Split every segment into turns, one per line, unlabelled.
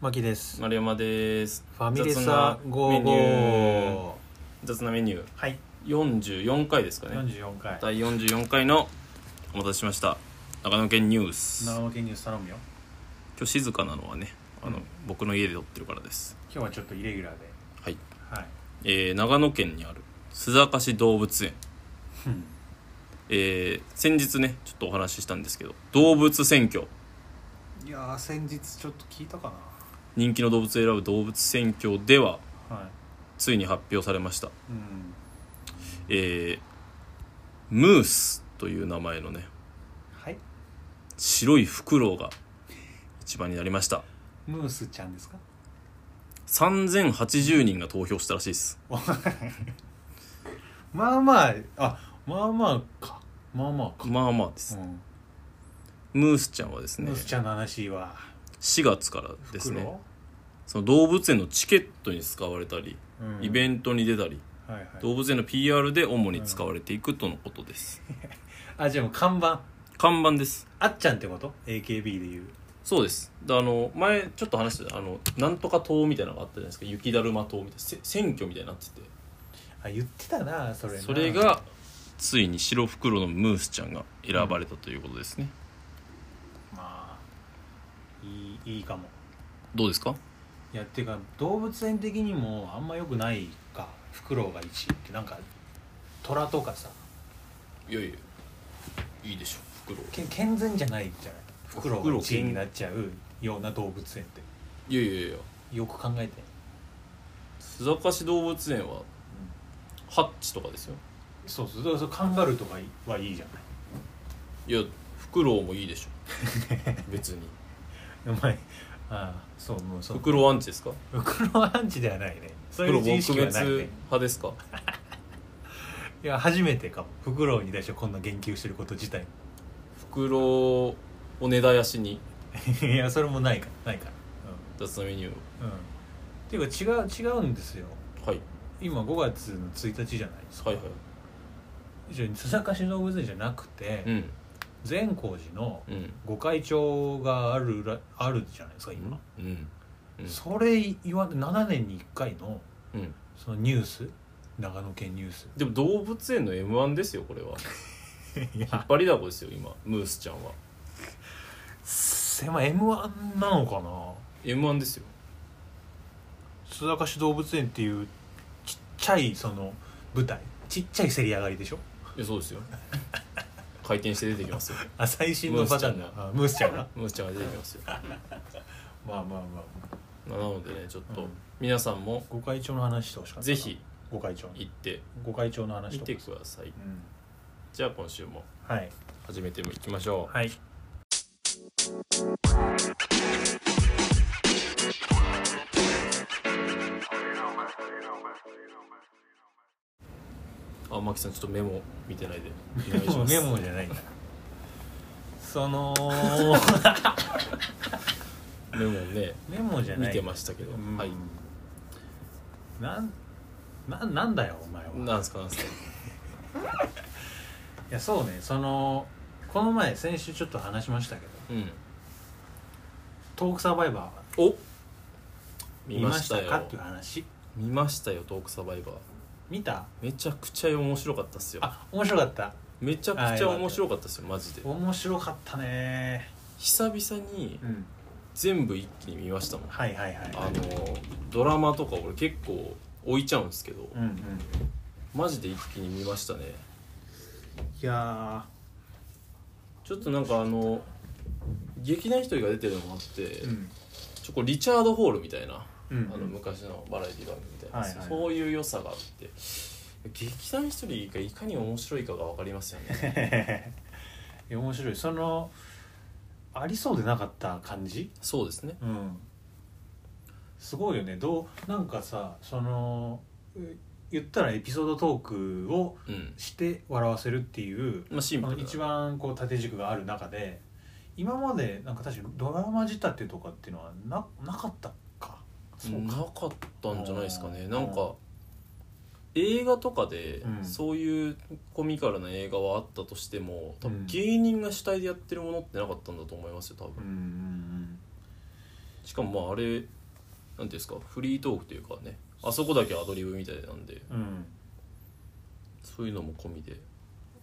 マキです。
丸山です
ファミレス
雑なメニュー
55。
雑なメニュー
はい。
44回ですかね
44回。
第44回のお待たせしました長野県ニュース
長
今
野県ニュース頼むよ。
日静かなのはねあの、
うん
僕の家で撮ってるからです
今日はちょっとイレギュラーで。
はい、
はい。
えー長野県にある須坂市動物園
うん
えー先日ねちょっとお話ししたんですけど動物選挙
いやー、先日ちょっと聞いたか
人気の動物を選ぶ動物選挙では
な。はい。
ついに発表されました
うん。
えームースという名前のね
はい。
白いフクロウが一番になりました
ムースちゃん ですか
3080人が投票したらしいです
まあまあ、あ、まあまあか。まあまあか。
まあまあです、
うん
ムースちゃんはです
ム
ね
ースちゃんの話は。
4月からです
フク
ね
ロ
その動物園のチケットに使われたり、
ウ。うん
イベントに出たり
はいはい。
動物園の PR で主に使われていくとのことです、
あ、じゃあもう看板。
看板です
あっちゃんってこと ?AKB で言う。
そうですであの前ちょっと話してたあのなんとか党みたいなのがあったじゃないですか雪だるま党みたいなせ選挙みたいになってて
あ、言ってたな、それな。
それがついに白袋のムースちゃんが選ばれたということですね、
まあいいいいかも
どうですか
いやっていうか動物園的にもあんま良くないかフクロウが1位ってなんか虎とかさ
いやいやいいでしょ袋
け健全じゃないじゃないフクロウが1位
フクロウ
になっちゃうような動物園って
いやいやいや
よく考えて
須坂市動物園はハッチとかですよ
そうそうだからそれカンガルーとかはいいじゃ
いやフクロウもいい でしょ別に
ないお前ああそうもうそう
フクロウアンチですか
フクロウアンチではないねそ
フ
うい
クロ
う
ウ
人
撲
識
滅
はないね
派ですか
いや初めてかもフクロウに対してこんな言及してること自体も
フクロウを根絶やしに
いやそれもないからないからうん
雑なメニュー
うんっていうか違う違うんですよ
はい
今5月の1日じゃないですか
はいはい
一応須坂市動物園じゃなくて、
うん
善光寺の
うん
御開帳があるらあるじゃないですか今、
うんうん
それ言わん7年に1回の
うん
そのニュース長野県ニュース
でも動物園の m 1ですよこ れは引っ張りだこですよ今ムースちゃんは
狭い m 1なのかな
m 1ですよ
須坂市動物園っていうちっちゃいその舞台ちっちゃい競り上がりでしょ
いやそうですよ回転して出てきますよ
あ最新のパターンだ
ムースちゃん
あムースちゃんが
ムースちゃんが出てきますよ
まあまあまあ
なのでねちょっ
う
と
ん
皆さんも
御開帳の話してほしかったな
ぜひ
ご会長
行って
ご会長の話
み
と
て
か
ください
うん
じゃあ今週も
はい
始めていきましょう
はい
あマキさんちょっとメモ見てな いでお願いします
メモじゃないんだその
メモね
メモじゃな
見
い
てましたけど
うん
はい
なんななんだよお前は
なんすかなんすか
いやそうねそのこの前先週ちょっと話しましたけど
うん
トークサバイバー
お見
見
ま
ま
し
したた
よ
かっていう話
見ましたよトークサバイバー
見た
めちゃくちゃ面白かったっすよ
あ面白かった
めちゃくちゃ面白かったっすよマジで
面白かったね
久々に
うん
全部一気に見ましたもんあ
はいはいはい
のドラマとか俺結構置いちゃうんですけど
うんうん
マジで一気に見ましたね
いや
ちょっとなんかあの劇団ひとりが出てるのもあって、
ーうん
ちょこうリチャード・ホールみたいな、
うん
あの昔のバラエティ番組みたいな、
はいはい
そういう良さがあって劇団ひとりがいかに面白いかが分かります よね
いや面白いそのありそうでなかった感じ
そうですね
うんすごいよねどうなんかさそのう言ったらエピソードトークを
うん
して笑わせるっていう
まあシン
あ
プ
の
ルな
一番こう縦軸がある中で今までなんか確かドラマ仕立てとかっていうのはななかったかそう
な
か
かったんじゃないですかね
うん
なんか映画とかで
うん
そういうコミカルな映画はあったとしても
う
多
ん
分芸人が主体でやってるものってなかったんだと思いますよ多
うん
分
うんうん
しかもまああれなんていうんですかフリートークというかねあそこだけアドリブみたいなんで
うん
そういうのも込みで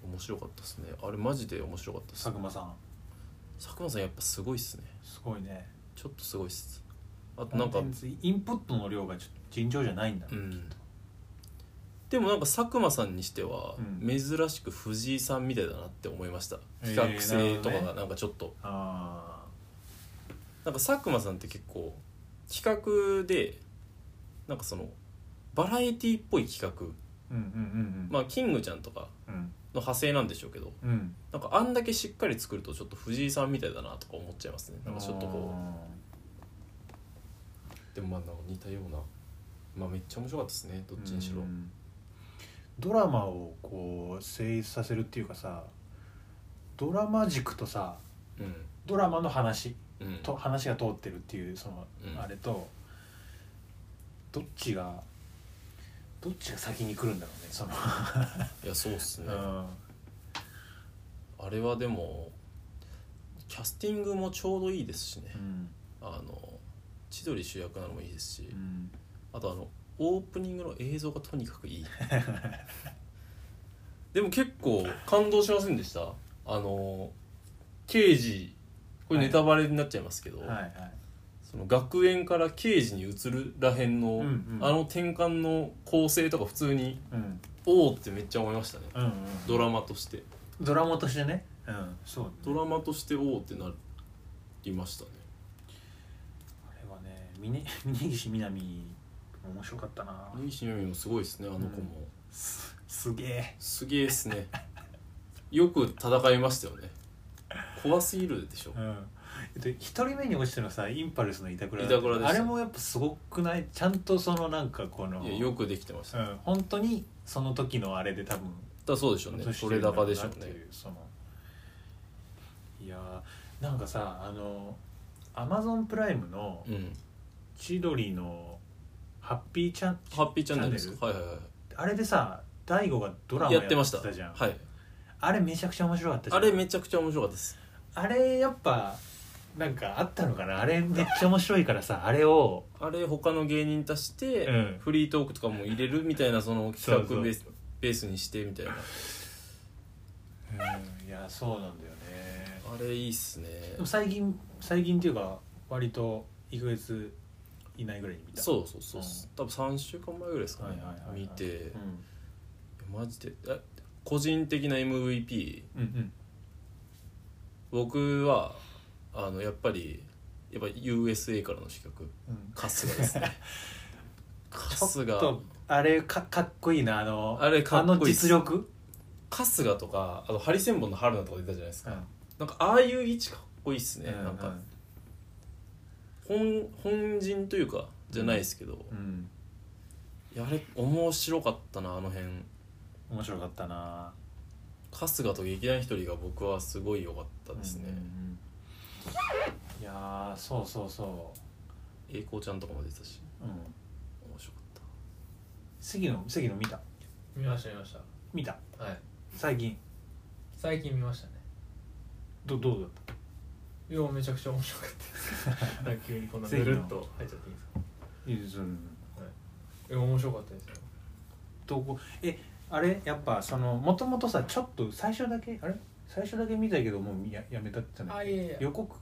面白かったですねあれマジで面白かったです
佐久間さん
佐久間さんやっぱすごいっすね
すごいね
ちょっとすごいっすあと
な
なんんか
かインプットの量がちょっと尋常じゃないんだ
う
ろう、
んでもなんか佐久間さんにしては
うん
珍しく藤井さんみたいだなって思いました、
えー
企画性とか
なるほど
がなんかちょっと
あ
なんか佐久間さんって結構企画でなんかそのバラエティっぽい企画
あうんうんうんうん
まあキングちゃんとか
うん
の派生なんでしょうけど
うん
なんかあんだけしっかり作るとちょっと藤井さんみたいだなとか思っちゃいますねなんかちょっとこうでもまあなんか似たようなまあめっちゃ面白かったですねど
う
っちにしろ
んドラマをこう成立させるっていうかさドラマ軸とさ
うん
ドラマの話
うん
と話が通ってるっていうその
うん
あれとどっちがどっちが先に来るんだろうねその
いやそうっすね
うん
あれはでもキャスティングもちょうどいいですしね
うん
あの千鳥主役なのもいいですし
うん
あとあのオープニングの映像がとにかくい いでも結構感動しませんでしたあの刑事これネタバレになっちゃいますけど、
はいはい
その学園から刑事に移るらへんの、
うんうん
あの転換の構成とか普通に
うん
おおってめっちゃ思いましたね
うんうん
ドラマとして
ドラマとしてねうんそうね
ドラマとしておおってなりましたね
あれはね峰峯岸みなみも面白かったな
西しみもすごいですねあの子も、
すすげえ
すげえですねよく戦いましたよね怖すぎるでしょ
うんで一人目に落ちたのさインパルスの板倉
板倉でし
あ
た
れもやっぱすごくないちゃんとそのなんかこの
いやよくできてました、
う
だか
ん、本当にその時のあれで多分
らそうでしょうね
落として
取
る
れ
んだろ
高
う
で
な
しょ
っ
う
ていう
ね
そのいやーなんかさあのアマゾンプライムの
うん
千鳥のハッピーチャン
ハッピーチャンネルです
チ
かはいはいは
あれでさ大悟がドラマ
いやってました
やじゃん、
はい
あれめちゃくちゃ面白かったじゃ
あ
ん
れめちゃくちゃ面白かったです
あれやっぱなんかあったのかなあれめっちゃ面白いから さあれを
あれ他の芸人足して、
うん
フリートークとかも入れるみたいなその企
そうそ
画
う
ベースベースにしてみたいな
うんいやそうなんだよね
あれいいっすね
でも最近最近っていうか割と1ヶ月以内ぐらいに見た
そうそうそう、
うん
多分3週間前ぐらいですか
は
ね、
いはいはいはい
見て、いや
うん
マジでえ個人的な MVP
うんうん
僕はあのやっぱりやっぱ USA からの資格
うん
春日です ね春
ちょっと
日
あれかかっこいいなあの
あれかっこいい
の実力、
春日とかあとハリセンボンの春菜とか出たじゃないです
う
か、
ん
なんかああいう位置かっこいいっすね、
うん
なんか本本人というかじゃないですけど、
うん
いやあれ面白かったなあの辺
面白かったな
春日と劇団ひとりが僕はすごい良かったです
う
ね、
んうんうんいやーそうそうそ
栄光ちゃんとかも出てたし
う、うん、
面白かった
関野関野見た
見ました見ました
見た
はい
最近
最近見ましたね
どどうだった
いやめちゃくちゃ面白 かったです急にこんなぬるっと入っちゃっていいですか
いいですよね
いや面白かったですよ
どこえあれやっぱそのもともとさちょっと最初だけあれ最初だけ見たけどもうややめたってな
あいやいや
予告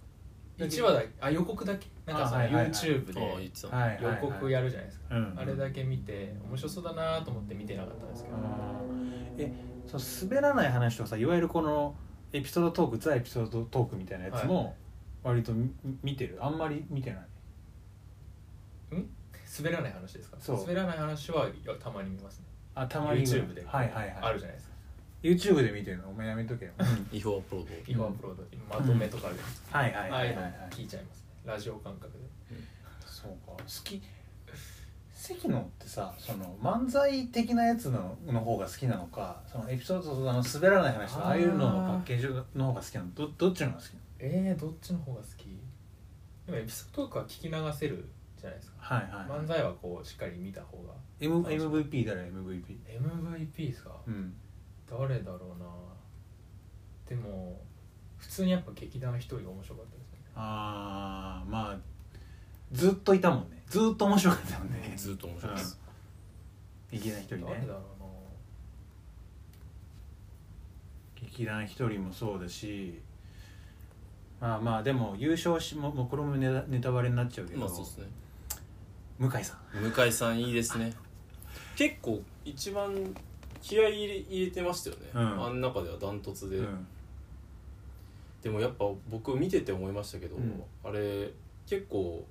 1話だけあ予告だけなんかその
あはいはいはい
YouTube
ああ言っ
で
てた、
はいはい
予
はい
告やるじゃないですか
うん
あれだけ見て面白そうだなと思って見てなかったんですけど
あーえその滑らない話とかさいわゆるこのエピソードトークザエピソードトークみたいなやつも割とみ見てるあんまり見てない
滑らない話ですか
そう
滑らない話はいやたまに見ますね
あたまに
YouTube で
はいはい
あ
はい
るじゃないですか
YouTube で見てるのお前やめとけ ようん
違法アップロード
今アップロードまとめとかあるじゃないですか
はいはい
ああ
はいいうはい
の
はい
聞いちゃいますねラジオ感覚で
そうか好き関野ってさその漫才的なやつのの方が好きなのかそのエピソードのあの滑らない話とか
あー
ああいうののパッケージの方が好きなのどどっちの方が好きなの
えー、どっちの方が好きでもエピソードトークは聞き流せるじゃないですか
はいはい
漫才はこうしっかり見た方が
M MVP 誰 MVP
MVP ですか
うん
誰だろうなでも普通にやっぱ劇団一人が面白かったですね
ああまあずっといたもんねずっと面白かったもんね
ずっと面白いです、
劇団一人
誰
ね
だろ
劇団一人もそうだしまあまあでも優勝しももうこれもネタネタバレになっちゃうけど、
まあそうですね
向井さん
向井さんいいですね結構一番気合い入れ入れてましたよね、
うん
あん中ではダントツで、
うん
でもやっぱ僕見てて思いましたけど、
うん
あれ結構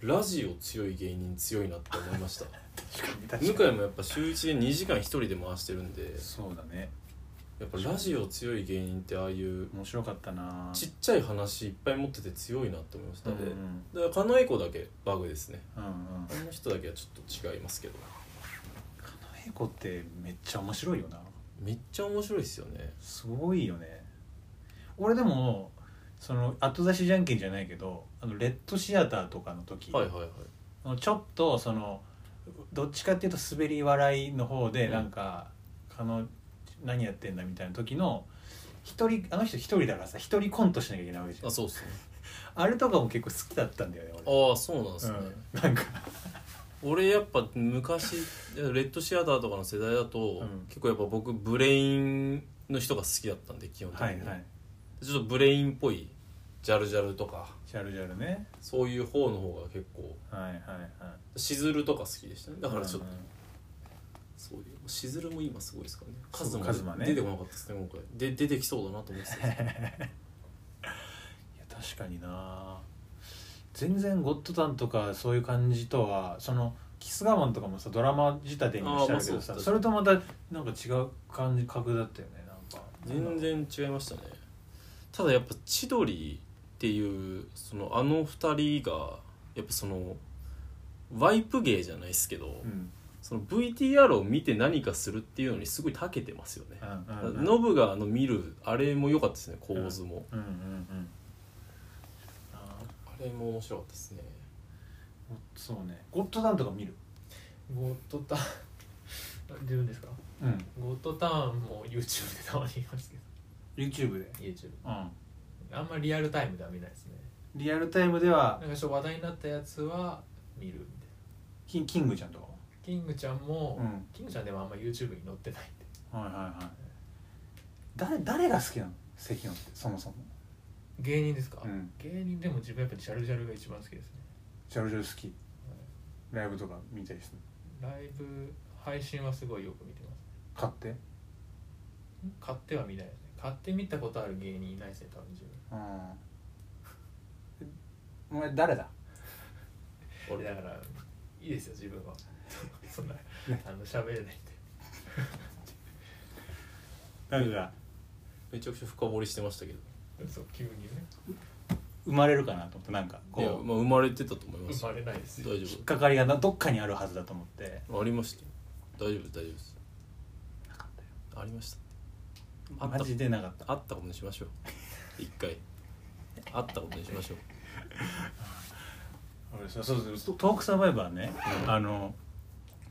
ラジオ強い芸人強いなって思いま した
確かに確
向
かに
井もやっぱ週1で2時間1人で回してるんで
そうだね
やっぱラジオ強い芸人ってああいう
面白かったな
ちっちゃい話いっぱい持ってて強いなって思いました
うん
で、
うん
だから狩野英孝だけバグですね
うんうん
あの人だけはちょっと違いますけど
英子ってめっちゃ面白いよな
めっちゃ面白いですよね
すごいよね俺でもその後出しじゃんけんじゃないけどあのレッドシアターとかの時、
はいはいはい
ちょっとそのどっちかっていうと滑り笑いの方で
うん
なんか、あの何やってんだみたいな時の一人あの人一人だからさ一人コントしなきゃいけないわけじゃ
あ
ん
そうっすね
あれとかも結構好きだったんだよね俺
ああそうなんですね、
うん、なんか
俺やっぱ昔レッドシアターとかの世代だと、
うん
結構やっぱ僕ブレインの人が好きだったんで基本的
はい
に、
はい
ちょっとブレインっぽいジャルジャルとか
ジャルジャルね
そういう方の方が結構
はいはいはい
しずるとか好きでしたねだからちょっと、
うんうん
そういうしずるも今すごいですからね
そう
数も
カズマね
出てこなかったですね今回で出てきそうだなと思ってたんですけど
いや確かにな全然ゴッドタンとかそういう感じとはそのキス我慢とかもさドラマ仕立てにしてあるけど
あーまあそ
さ
う
それとまたなんか違う感じ格だったよねなんか
全然違いましたねただやっぱ千鳥っていうそのあの二人がやっぱそのワイプ芸じゃないですけど、
うん
その VTR を見て何かするっていうのにすごい長けてますよね
うんうんうん
ノブがあの見るあれも良かったですね構図も、
うんうんうんあー
あれも面白かったですね
ごそうねゴッドタンとか見る
うゴッド ターン出るんですか
うん
ゴッドターンも YouTube でたまに見ますけど
YouTube で
YouTube
うん
あんまりリアルタイムでは見ないですね
リアルタイムでは
なんかちょっと話題になったやつは見るみたいな
キンキングちゃんとかも
キングちゃんも、
うん
キングちゃんでもあんま YouTube に載ってないんで
はいはいはい誰誰が好きなの関野ってそもそも
芸人ですか、
うん
芸人でも自分やっぱジャルジャルが一番好きですね
ジャルジャル好きライブとか見たりする
ライブ配信はすごいよく見てます
買って
買っては見ないですね買って見たことある芸人いないですね多分自 分
うんお前誰だ
俺
だからいいですよ自分は そんなあの喋れないんで
誰だ
めちゃくちゃ深掘りしてましたけど
そう急にね
生まれるかなと思ってなんかこ
いうや、まあ、生まれてたと思います
生
よ
まれないです
大
よ
丈
引っかかりがなどっかにあるはずだと思って
夫ありましたよ大丈夫大丈夫です
なかったよ
ありましたあった
マジでなかった
あったことにしましょう一回あったことにしましょう
俺さそうそうそうトークサバイバーね、あの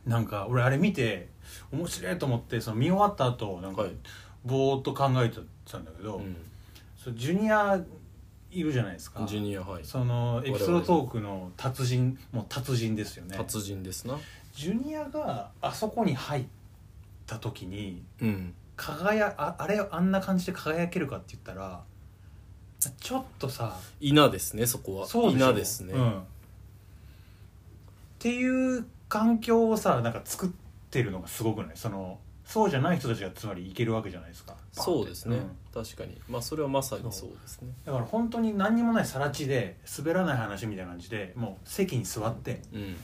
なんか俺あれ見て面白いと思ってその見終わった後なんか
はい
ぼーっと考えてたんだけど、
う
そうジュニアいるじゃないですか
んジュニアはい
そのエピソードトークの達人もう達人ですよね
達人ですな
ジュニアがあそこに入った時に
うん
輝ああれあんな感じで輝けるかって言ったらちょっとさ
稲ですねそこは
そうでしょ
稲ですね、
うんっていう環境をさなんか作ってるのがすごくないそのそうじゃない人たちがつまりいけるわけじゃないですか
そうですね、
うん
確かにまあそれはまさにそうですね
だから本当に何にもない更地で滑らない話みたいな感じでもう席に座って
うん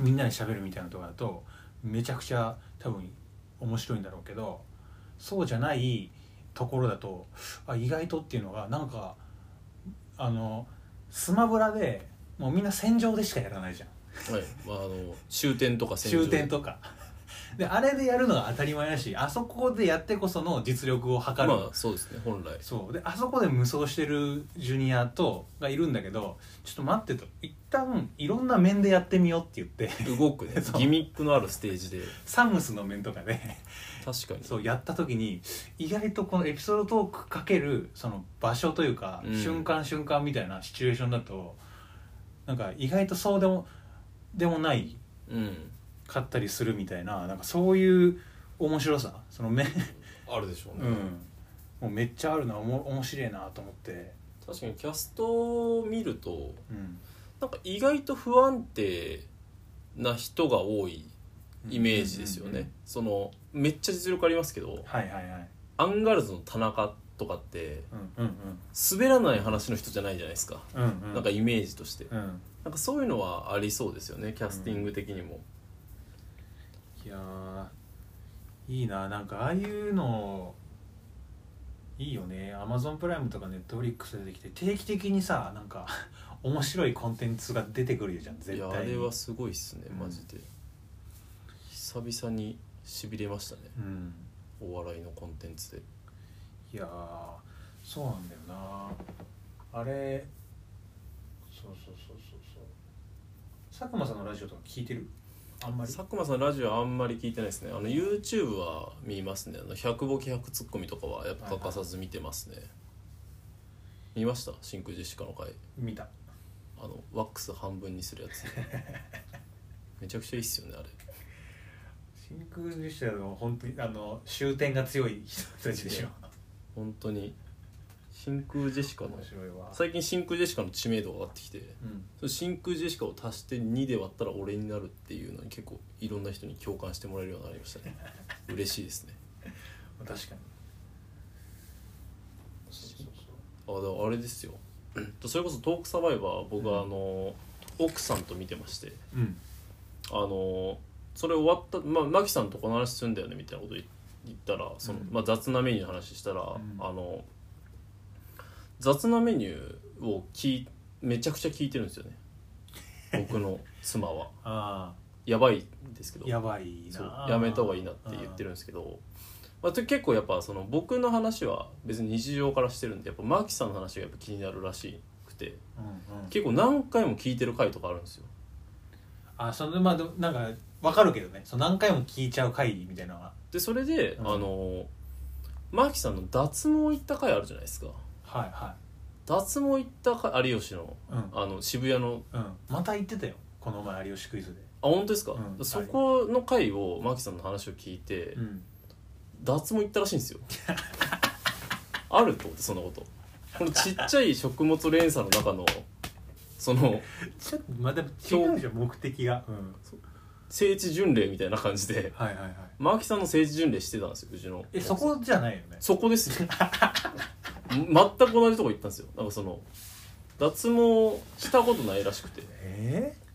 みんなで喋るみたいなとこだとめちゃくちゃ多分面白いんだろうけどそうじゃないところだとあ意外とっていうのがなんかあのスマブラでもうみんな戦場でしかやらないじゃん
はいまああの終点とか戦場
終点とか であれでやるのが当たり前だしあそこでやってこその実力を測る、
まあそうですね本来
そうであそこで無双してるジュニアとがいるんだけどちょっと待ってと一旦いろんな面でやってみようって言って
動くね
そう
ギミックのあるステージで
サムスの面とかで
確かに
そうやった時に意外とこのエピソードトークかけるその場所というか、
うん
瞬間瞬間みたいなシチュエーションだとなんか意外とそうでもでもない
うん
かったりするみたいななんかそういう面白さそのめ、
あるでしょう
う
ね、
ん、もうめっちゃあるなおも面白いなと思って、
確かにキャストを見ると
うん、
なんか意外と不安定な人が多いイメージですよね、
うんうんうん
そのめっちゃ実力ありますけど
はいはいはい
アンガールズの田中とかって
うんうん
滑らない話の人じゃないじゃないですか、
うんうんうん
なんかイメージとして
うん
なんかそういうのはありそうですよねキャスティング的にも、
いやーいいななんかああいうのいいよねアマゾンプライムとかネットフリックス出てきて定期的にさなんか 面白いコンテンツが出てくるじゃん絶
いやあ
対に
れはすごいっすね
うん
マジで、久々にしびれましたね
うん
お笑いのコンテンツで
いやーそうなんだよなあれそうそうそうそうそう佐久間さんのラジオとか聞いてるあんまり
佐久間さんラジオあんまり聞いてないですねあの YouTube は見ますねあの100ボケ100ツッコミとかはやっぱ欠かさず見てますね、見ました真空ジェシカの回
見た
あのワックス半分にする やつめちゃくちゃいいっすよねあれ
真空ジェシカの本当にあの終点が強い人たちでしょ
本当に真空ジェシカの
面白いわ
最近真空ジェシカの知名度が上がってきて
うん
その真空ジェシカを足して2で割ったら俺になるっていうのに結構いろんな人に共感してもらえるようになりましたね嬉しいですね
確かにそうそうそ
あでもあれですよそれこそ「トークサバイバー」僕は
う
あの、奥さんと見てまして
ううん
あのそれ終わった、まあ、マキさんとこの話するんだよねみたいなこと言言ったらその、
うん
まあ、雑なメニューの話したら、
ん
あの雑なメニューを聞いめちゃくちゃ聞いてるんですよね僕の妻は
あ
やばいんで すけど
あやばい
そう
な
やめた方がいいなって言ってるんですけど、まあ、て結構やっぱその僕の話は別に日常からしてるんでやっぱマーキさんの話がやっぱ気になるらしくて
うんうん
結構何回も聞いてる回とかあるんですよ
あそのまあでもなんかわかるけどねその何回も聞いちゃう会議みたいなのが
でそれで、
うん
あのマーキさんの脱毛行った回あるじゃないですか
はいは
脱毛行った回有吉の
いうん
あの渋谷の
うんまた言ってたよこの前有吉クイズで
あ本当ですか、
うん
そこの回をマーキさんの話を聞いて、
うん
脱毛行ったらしいんですよ あると思ってそんなことこのちっちゃい食物連鎖の中のその
ちょっとまあでも違うじゃん目的がうん
聖地巡礼みたいな感じで
はいはいはい
マーキさんの聖地巡礼してたんですようちの
えそこじゃないよね
そこですよ全く同じとこ行ったんですよなんかその脱毛したことないらしくて
ええ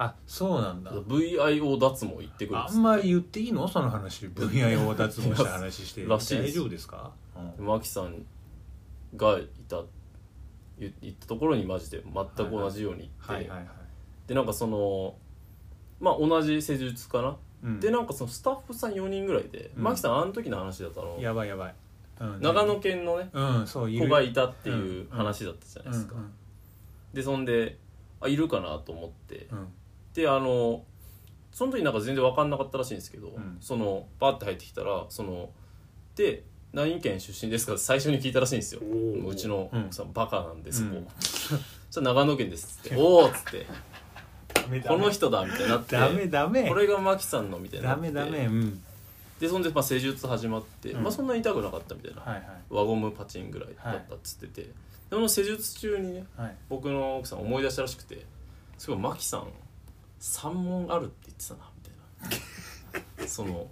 あそうなんだ
VIO 脱毛行ってくるんで
あ
す
んまり言っていいのその話 VIO 脱毛した話して
らしいで
大
す
丈夫ですかうん
マーキさんがいた言行ったところにマジで全く同じように行っ
は
て
いはいはい
でなんかそのまあ同じ施術かな、
うん
でなんかそのスタッフさん4人ぐらいで、
うん
マキさんあの時の話だったの
やばいやばい、うん
長野県のね
うんそうい
子
る
がいたっていううん話だったじゃないですか、
うんうん
でそんであいるかなと思って
うん
であのその時なんか全然分かんなかったらしいんですけど、
うん
そのバーって入ってきたらそので何県出身ですかって最初に聞いたらしいんですよ
おー
うちの奥さん、バカなんでそこ、
うん
じゃ長野県です っつっておおっつってこ
こ
の
の人
人だみたいになって
ダメダメ
これがマキさんのみたいにな
ダ
って
メダメうん
でそんでまあ施術始まって、
うん
まあそんなに痛くなかったみたいな、
はいは
輪ゴムパチンぐらいだったっつってて、でその施術中にね
いはい
僕の奥さん思い出したらしくてすごいマキさん3問あるって言ってたなみたいな その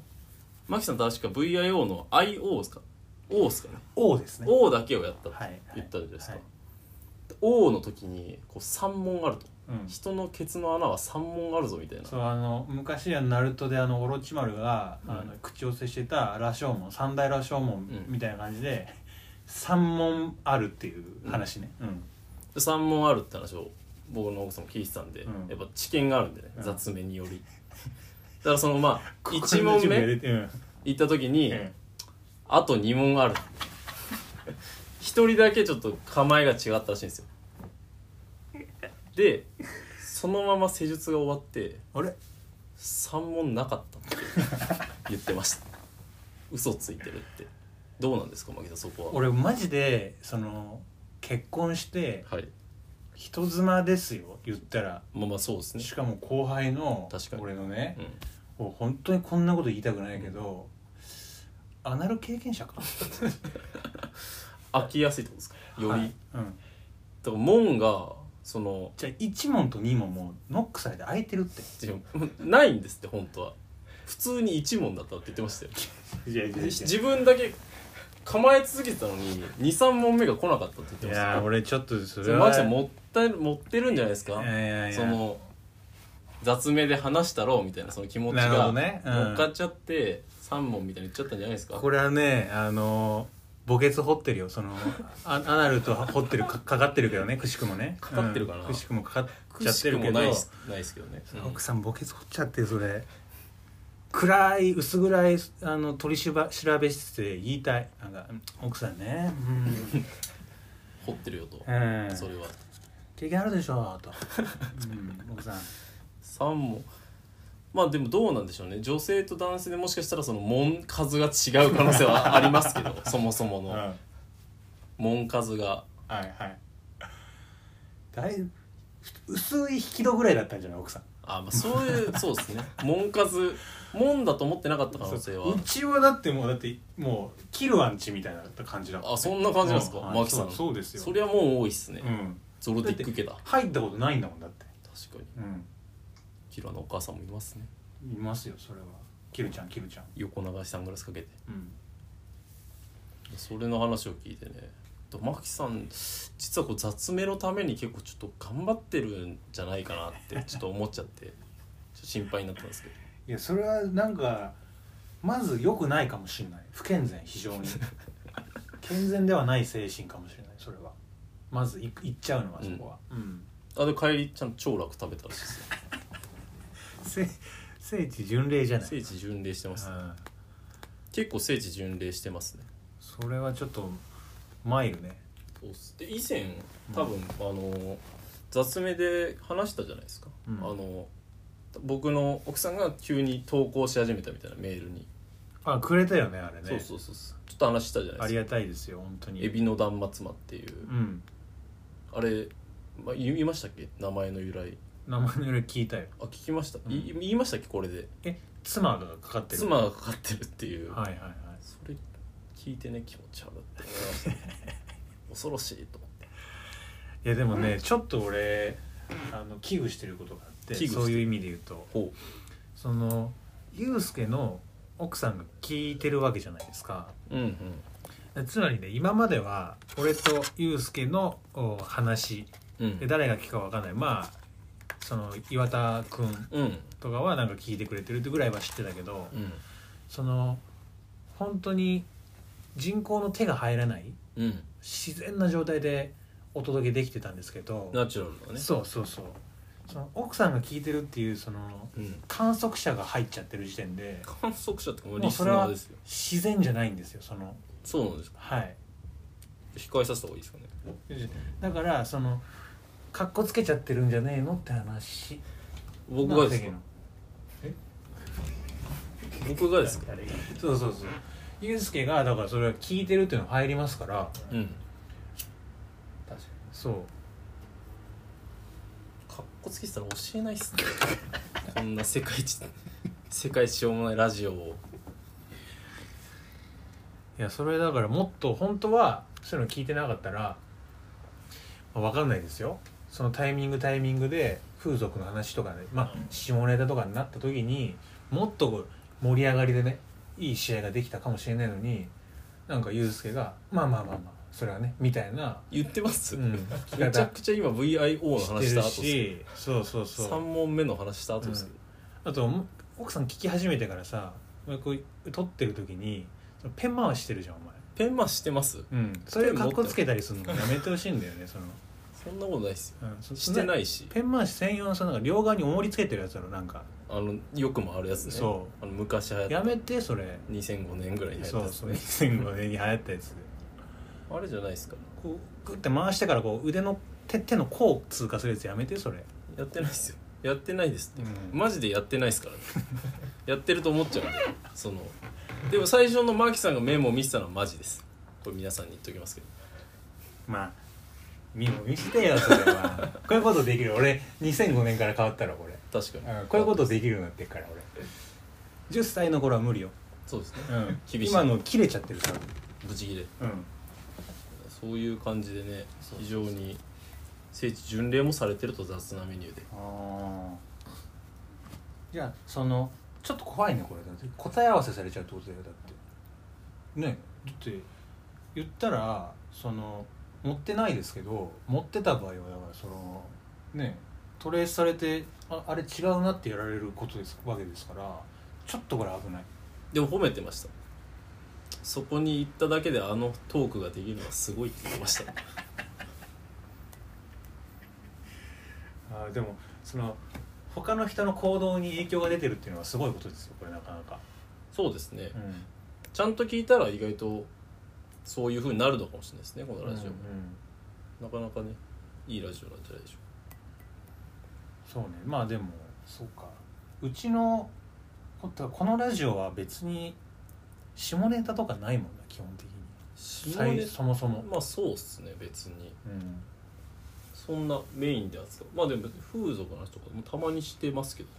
マキさん確か VIO の IO ですか O ですかね
O ですね
O だけをやったって
はい
言ったじゃないですか、
はい
O の時にこう3問あると
うん
人のケツの穴は3問あるぞみたいな
そうあの昔はナルトであのオロチマルが、
うん
あの口寄せしてた羅生門三大羅生門
うん
みたいな感じで、三門あるっていう話ねうん、
で3問あるって話を僕の奥さんも聞いてたんで、
うん
やっぱ知見があるんでね、
うん
雑めによりだからそのまあ
ここ
1
の
問
準備が
目
出てうん
行った時に、
え
あと2問ある一人だけちょっと構えが違ったらしいんですよでそのまま施術が終わって
あれ
3問なかった って言ってました嘘ついてるってどうなんですかマキさんそこは
俺マジでその結婚して
はい
人妻ですよ言ったら
まあまあそうですね
しかも後輩の
確かに
俺のね
うん
もう本当にこんなこと言いたくないけど、アナル経験者か
飽きやすいってことですかよ
は
り、
いうん、
だから門がその
じゃあ1問と2問もうノックされて開いてるって
違うないんですって本当は普通に一問だったって言ってましたよ
いやいや
自分だけ構え続けてたのに23問目が来なかったって言ってました
ー
よ
俺ちょっとそ
それマキさん持ったい持ってるんじゃないですか
いやいやいや
その雑名で話したろうみたいなその気持ち
なるほ
が
どねうん
乗っかっちゃって3問みたいに言っちゃったんじゃないですか
これはねあの墓穴掘ってるよそのあアナルと掘ってるかかかってるけどねくしくもね
かかってるかな
うんくしくもかかっちゃ
く
っ
してく
るけ
も
ど
ないですないですけどね、うん
奥さん墓穴掘っちゃってそれ暗い薄暗いあの取りしば調べ室で言いたいなんかうん奥さんね
掘ってるよと、
うん、うん、
それは
経験あるでしょと、うん、奥さん
3問まあでもどうなんでしょうね女性と男性でもしかしたらその門数が違う可能性はあります けどそもそも
うん
の
はい
門数が
はいだいぶ薄い引き戸ぐらいだったんじゃない奥さん
あまあそういうそ うですね門数門だと思ってなかった可能性は
うちはだってもうだってもうキルアンチみたいな感じだ
あそんな感じなんですか、
う
マ
はい
キさ
そ
ん
うそうですよ
そりゃもう多いっすね、
うん
ゾロディック家だ
入ったことないんだもんだって
確かに
う
キラのお母さんもいますね
んいますよそれはキルちゃんキルちゃん
横流しサングラスかけて
うん
それの話を聞いてねとマキさん実はこう雑名のために結構ちょっと頑張ってるんじゃないかなってちょっと思っちゃってちょっと心配になったんですけど
いやそれはなんかまず良くないかもしれない不健全非常 に健全ではない精神かもしれないそれはまずいいっちゃうのはそこは、うん
あで帰りちゃんと長楽食べたらしいですよ
せ聖地巡礼じゃない
聖地巡礼してます、
うん
結構聖地巡礼してますね
それはちょっとマイルね
そうっすで以前多分、あの雑名で話したじゃないですか、
うん
あの僕の奥さんが急に投稿し始めたみたいなメールに、
あくれたよねあれね
そうそうそうそうちょっと話したじゃな
あ
い
り
ですか
がたいですよ本当に
エビの断末魔っていう、
うん
あれ、まあ、言いましたっけ名前の由来
名前の由来聞いたよ
あ聞きました、
うん
い言いましたっけこれで
え妻がかかってる
妻がかかってるっていう、
はいはいはい
それ聞いてね気持ち悪って思いましたね恐ろしいと思って
いやでもねちょっと俺あの危惧してることがあって
危惧してる
そういう意味で言うと
ほ
そのユうスケの奥さんが聞いてるわけじゃないですか
ううんうん
つまりね今までは俺とユうスケのお話
う
で
ん
誰が聞くかわかんないまあその岩田君
うん
とかはなんか聞いてくれてるってぐらいは知ってたけど
うん
その本当に人工の手が入らない
うん
自然な状態でお届けできてたんですけど、
ナチュラルだね
そうそうそうその奥さんが聞いてるっていうその
うん
観測者が入っちゃってる時点で
観測者っても
も
うリ
う
ス
それは
ナーですよ
自然じゃないんですよその
そうなんですか
はい
控えさせた方がいいですかね
だからそのかっこつけちゃってるんじゃねえのって話
僕がですか
まあ
僕がですか
世間のそうそうそうユうスケがだからそれは聞いてるっていうの入りますから
うん
確か
そう
かっこつけてたら教えないっすねこんな世界一世界一しょうもないラジオを
いやそれだからもっと本当はそういうの聞いてなかったら、まあ、分かんないですよそのタイミングタイミングで風俗の話とかねまあ下ネタとかになった時にもっと盛り上がりでねいい試合ができたかもしれないのになんかユうスケが「まあまあまあまあそれはね」みたいな、
言ってます、
うん、
めちゃくちゃ今 VIO の
聞き方し
話して
る
た後で
しそうそう
す
そ
3
う
問目の話した後ですけど、
あとも奥さん聞き始めてからさこう撮ってる時にペン回してるじゃんお前。
ペンマしてます
うん、それをかっこつけたりする のやめてほしいんだよねその、
そんなことないっすよ
うん、そ
してないいし
ペン回し専用のさなんか両側に重りつけてるやつだろなんか
あのよくもあるやつね
そ
あの昔流行った
やめてそれ
2005年ぐらいに流
そ
行った
う
やつ
そう
ね
2005年に流行ったやつで
あれじゃないですか
こうグッて回してからこう腕の手手の甲を通過するやつやめてそれ、
やってないっすよやってないですって、
うん
マジでやってないっ すから、ね、やってると思っちゃうんでそのでも最初のマキさんがメモを見せたのはマジですこれ皆さんに言っときますけど
まあ見見してよそれ はこういうことできる俺2005年から変わったらこれ、
確かに
うん、こういうことできるようになってっから俺10歳の頃は無理よ、
そうですね
うん、
厳しい
今の切れちゃってるから、
ブチギレ
うん、
そういう感じでね
そう
非常に聖地巡礼もされてると雑なメニューで
あーじゃあそのちょっと怖いねこれだって答え合わせされちゃうってことだよだってねだって言ったらその持ってないですけど持ってた場合はだからそのねトレースされてああれ違うなってやられることですわけですからちょっとこれ危ない
でも褒めてましたそこに行っただけであのトークができるのはすごいって言ってま した
あーでもその他の人の行動に影響が出てるっていうのはすごいことですよこれなかなか、
そうですね
うん、
ちゃんと聞いたら意外とそういうふうになるのかもしれないですねこのラジオ
うん
も、なかなかねいいラジオなんじゃないでし
そ
ょ
うねまあでもそうかうちのここのラジオは別に下ネタとかないもんな基本的に
うか下ネ
最そもそも、
まあそうっすね別に
うん、
そんなメインで扱うまあでも風俗の話とかもたまにしてますけど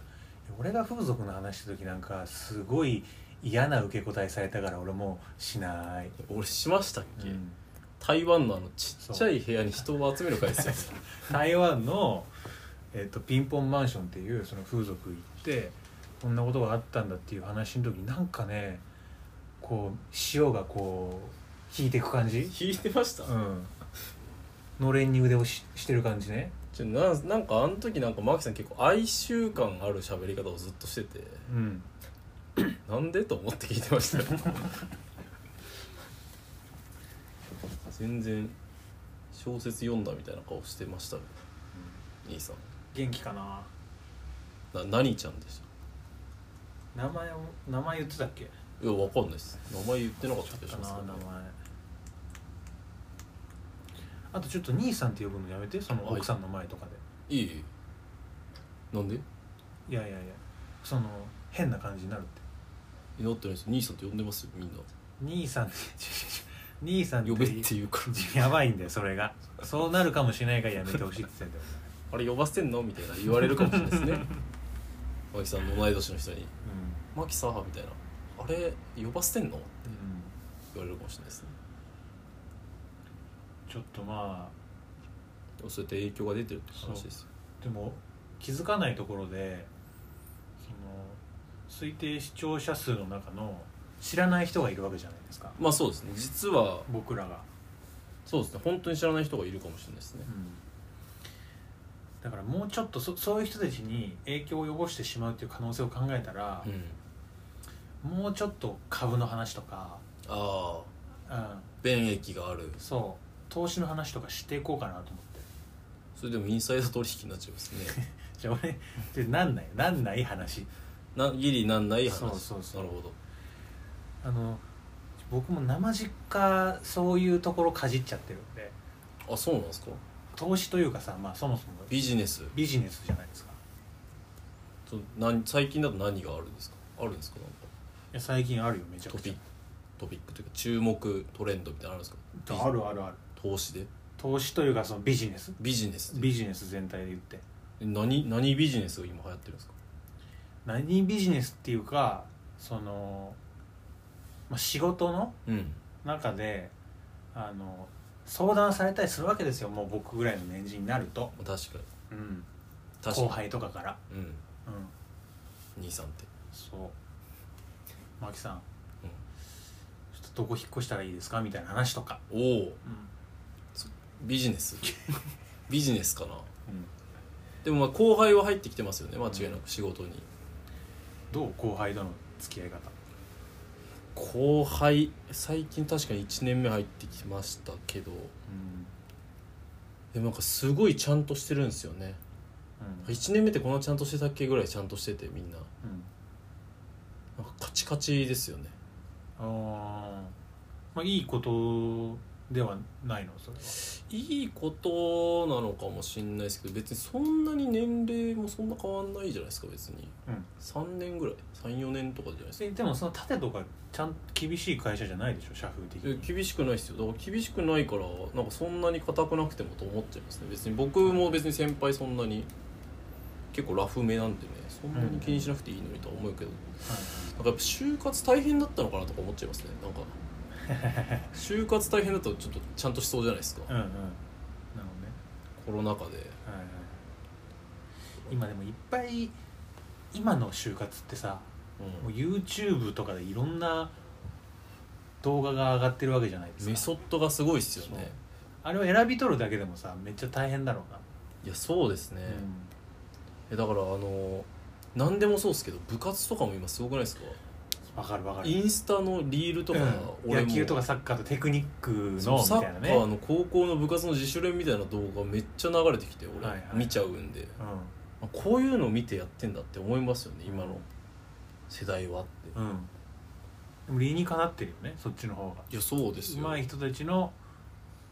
俺が風俗の話した時なんかすごい嫌な受け答えされたから俺もうしない、
俺しましたっけ、
うん
台湾のあのちっちゃい部屋に人を集める会ですよ
台湾の、えっとピンポンマンションっていうその風俗行ってこんなことがあったんだっていう話の時になんかねこう潮がこう引いていく感じ
引いてました、
うんのれんに腕をししてる感じね
ちょなんなんかあの時なんかマキさん結構哀愁感ある喋り方をずっとしてて
うん
なんでと思って聞いてましたよ全然小説読んだみたいな顔してましたよ兄さん
元気かな
な何ちゃんでし
名前を名前言ってたっけ
たいやわかんないです名前言ってなかった気がし
か
ます
な
けどね
名前あとちょっと兄さんって呼ぶのやめてその
はい
奥さんの前とかで、
いいなんで
い、やいやいやその変な感じになるって
祈ってないです兄さんって呼んでますよみんな
兄さん って兄さんって
呼べっていうから
やばいんだよそれがそうなるかもしれないからやめてほしいって言ってたんだよ、
あれ呼ばせてんのみたいな言われるかもしれないで すねマキさんの同い年の人に「マキさ」みたいな「あれ呼ばせてんの?」って
うんうん
言われるかもしれないですね
ちょっとまあ
でもそうやって影響が出てるって話ですよ
でも気づかないところでその推定視聴者数の中の知らない人がいるわけじゃないですか
まあそうですね実は
僕らが、
そうですね本当に知らない人がいるかもしれないですね
だからもうちょっとそそういう人たちに影響を及ぼしてしまうっていう可能性を考えたら
う、ん
もうちょっと株の話とか、
ああ
うん、
便益がある
そう投資の話とかしていこうかなと思って
それでもインサイド取引になっちゃいます ね
じゃあ俺でなんないなんない話
なギリなんない話
そうそうそう
なるほど
あの僕も生実家そういうところかじっちゃってるんで
あそうなんですか
投資というかさまあそもそも
ビジネス
ビジネスじゃないですか
と何最近だと何があるんですかあるんですかなんか
いや最近あるよめちゃ
ト
く
ピ
ち
ックトピックというか注目トレンドみたいなのあるんですかビジ
ゃあるあるある
投資で
投資というかそのビジネス
ビジネスで
ビジネス全体で言って
何何ビジネスが今流行ってるんですか
何ビジネスっていうかその、まあ、仕事の
うん
中であの相談されたりするわけですよもう僕ぐらいの年次になると、
確かに
うん、
確かに
後輩とかから、
うん
うん、
兄さんって
そうマキさん
うん
ちょっとどこ引っ越したらいいですかみたいな話とか、
おお
う
ビジネ スビジネスかなん
うん、
でもまあ後輩は入ってきてますよね間違いなく仕事に
どう後輩との付き合い方
後輩最近確かに1年目入ってきましたけど
うん
でもなんかすごいちゃんとしてるんですよね
うん
1年目ってこんなちゃんとしてたっけぐらいちゃんとしててみんな
うん
なんかカチカチですよね
あーまあいいことではないのそれはい
いことなのかもしれないですけど別にそんなに年齢もそんな変わんないじゃないですか別に
うん
3年ぐらい34年とかじゃないですか
えでもその縦とかちゃん厳しい会社じゃないでしょ社風的
え
に
厳しくないですよだから厳しくないからなんかそんなに硬くなくてもと思っちゃいますね別に僕も別に先輩そんなに結構ラフめなんでねそんなに気にしなくていいのにとは思うけど、なんかやっぱ就活大変だったのかなとか思っちゃいますねなんか 就活大変だとちょっとちゃんとしそうじゃないですか
うんうんなるほどね
コロナ禍で
はいはい今でもいっぱい今の就活ってさもう YouTube とかでいろんな動画が上がってるわけじゃないですか
メソッドがすごいっすよね
あれを選び取るだけでもさめっちゃ大変だろうな、
いやそうですね、えだからあの何でもそうですけど部活とかも今すごくないですか
うん、分かる分かる
インスタのリールとか、
うん野球とかサッカーとテクニック
そ
の
うサ
みたい
ッ
な
カ
ね
ーの高校の部活の自主練みたいな動画めっちゃ流れてきて俺、
はいはい
見ちゃうんであこういうの見てやってんだって思いますよね今の世代はって
うん、うん、でも理にかなってるよねそっちの方が
いやそうですよ
上手い人たちの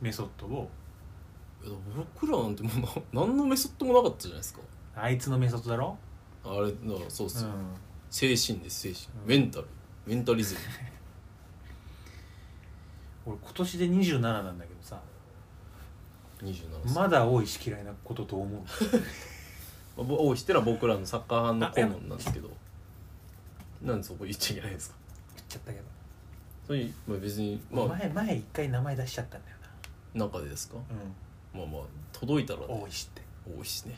メソッドを
いや僕らなんてもうな何のメソッドもなかったじゃないですか
あいつのメソッドだろ、
あれだからそうっ
う
すよ、
ん、
精神です精神
うん
メンタルメンタリズム
俺今年で27なんだけどさ
27歳、ま
まだ多いし嫌いなことと思う
あ、ぼおひてら僕らのサッカー派の顧問なんですけどなんでそこ言っちゃいけないんですか
言っちゃったけど、
そういう、まあ、別にま
前前一回名前出しちゃったんだよ
あ中でですか
な、
まあまあ届いたら、
うん、
ね、
多いしって
多いしね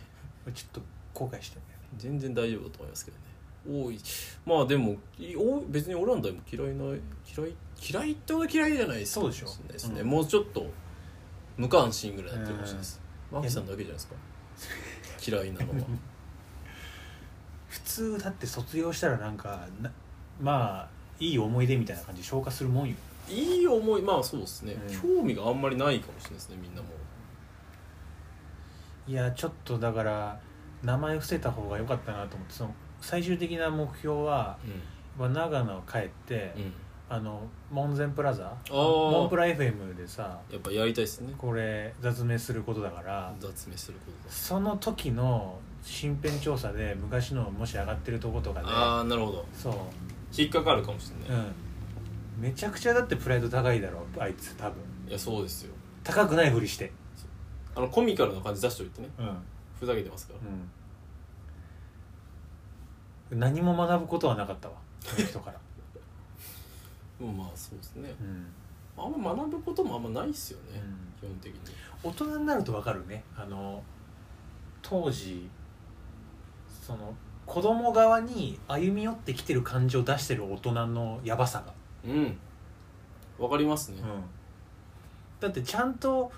俺ちょっと後悔してんだよね
全然大丈夫だと思いますけどね多いまあでもいお別にオランダも嫌いな嫌い嫌いってほど嫌いじゃないです
そうでしょ
もれないですね、
うん
もうちょっと無関心ぐらいになってるかもしれないです、マキさんだけじゃない ですか嫌いなのは
普通だって卒業したらなんかなまあいい思い出みたいな感じで消化するもんよ
いい思いまあそうですね、
う
興味があんまりないかもしれないですねみんなも
いやちょっとだから名前伏せた方が良かったなと思ってその最終的な目標は
う
まあ長野帰って、
ん、うん、
あの門前プラザ
ー
モンプラ FM でさ
やっぱやりたいですね
これ雑名することだから
雑名することだ
その時の身辺調査で昔のもし上がってるとことかで
ああなるほど
そう
引っかかるかもしれ
う
ない、
んめちゃくちゃだってプライド高いだろあいつ多分
いやそうですよ
高くないふりして
あのコミカルな感じ出しておいてね
うん、
ふざけてますから
うん、何も学ぶことはなかったわその人から、
でもまあそうですね
うん
あんま学ぶこともあんまないっすよ
う
ね、
ん
基本的に
大人になるとわかるねあの当時その子供側に歩み寄ってきてる感じを出してる大人のヤバさが、
うんわかりますね、
だってちゃんと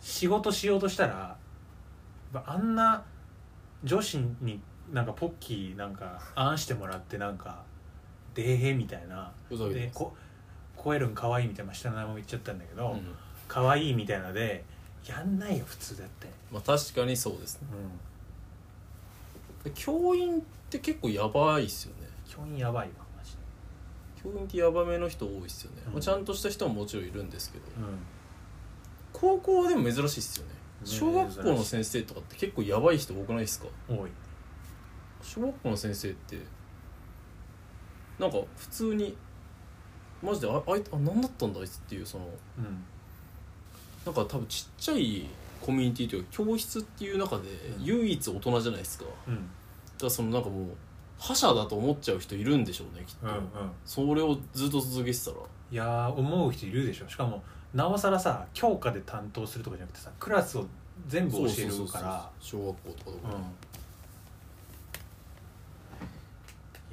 仕事しようとしたらやっぱあんな女子になんかポッキーなんか案してもらってなんか「でえへ」みたいな
ふざけて
で
ます
こコエルン可愛いみたいな下の名前も言っちゃったんだけど、
うん
可愛いみたいなのでやんないよ普通だって、
まあ確かにそうですね
うん、
で教員って結構やばいっすよね
教員やばいわマジで
教員ってやばめの人多いっすよね、
うん
まあちゃんとした人ももちろんいるんですけど
う
高校はでも珍しいっすよね
ね
小学校の先生とかって結構やばい人多くないですか
ん多い
小学校の先生ってなんか普通にマジでああいつあ何だったんだあいつっていうその
うん
なんか多分ちっちゃいコミュニティというか教室っていう中で
うん
唯一大人じゃないですかだか
うん
らそのなんかもう覇者だと思っちゃう人いるんでしょうねきっと、
うん
それをずっと続けてたら
いやー思う人いるでしょしかもなおさらさ教科で担当するとかじゃなくてさクラスを全部教え
そうそう
る
そ
か
う
ら
そう小学校とかとか、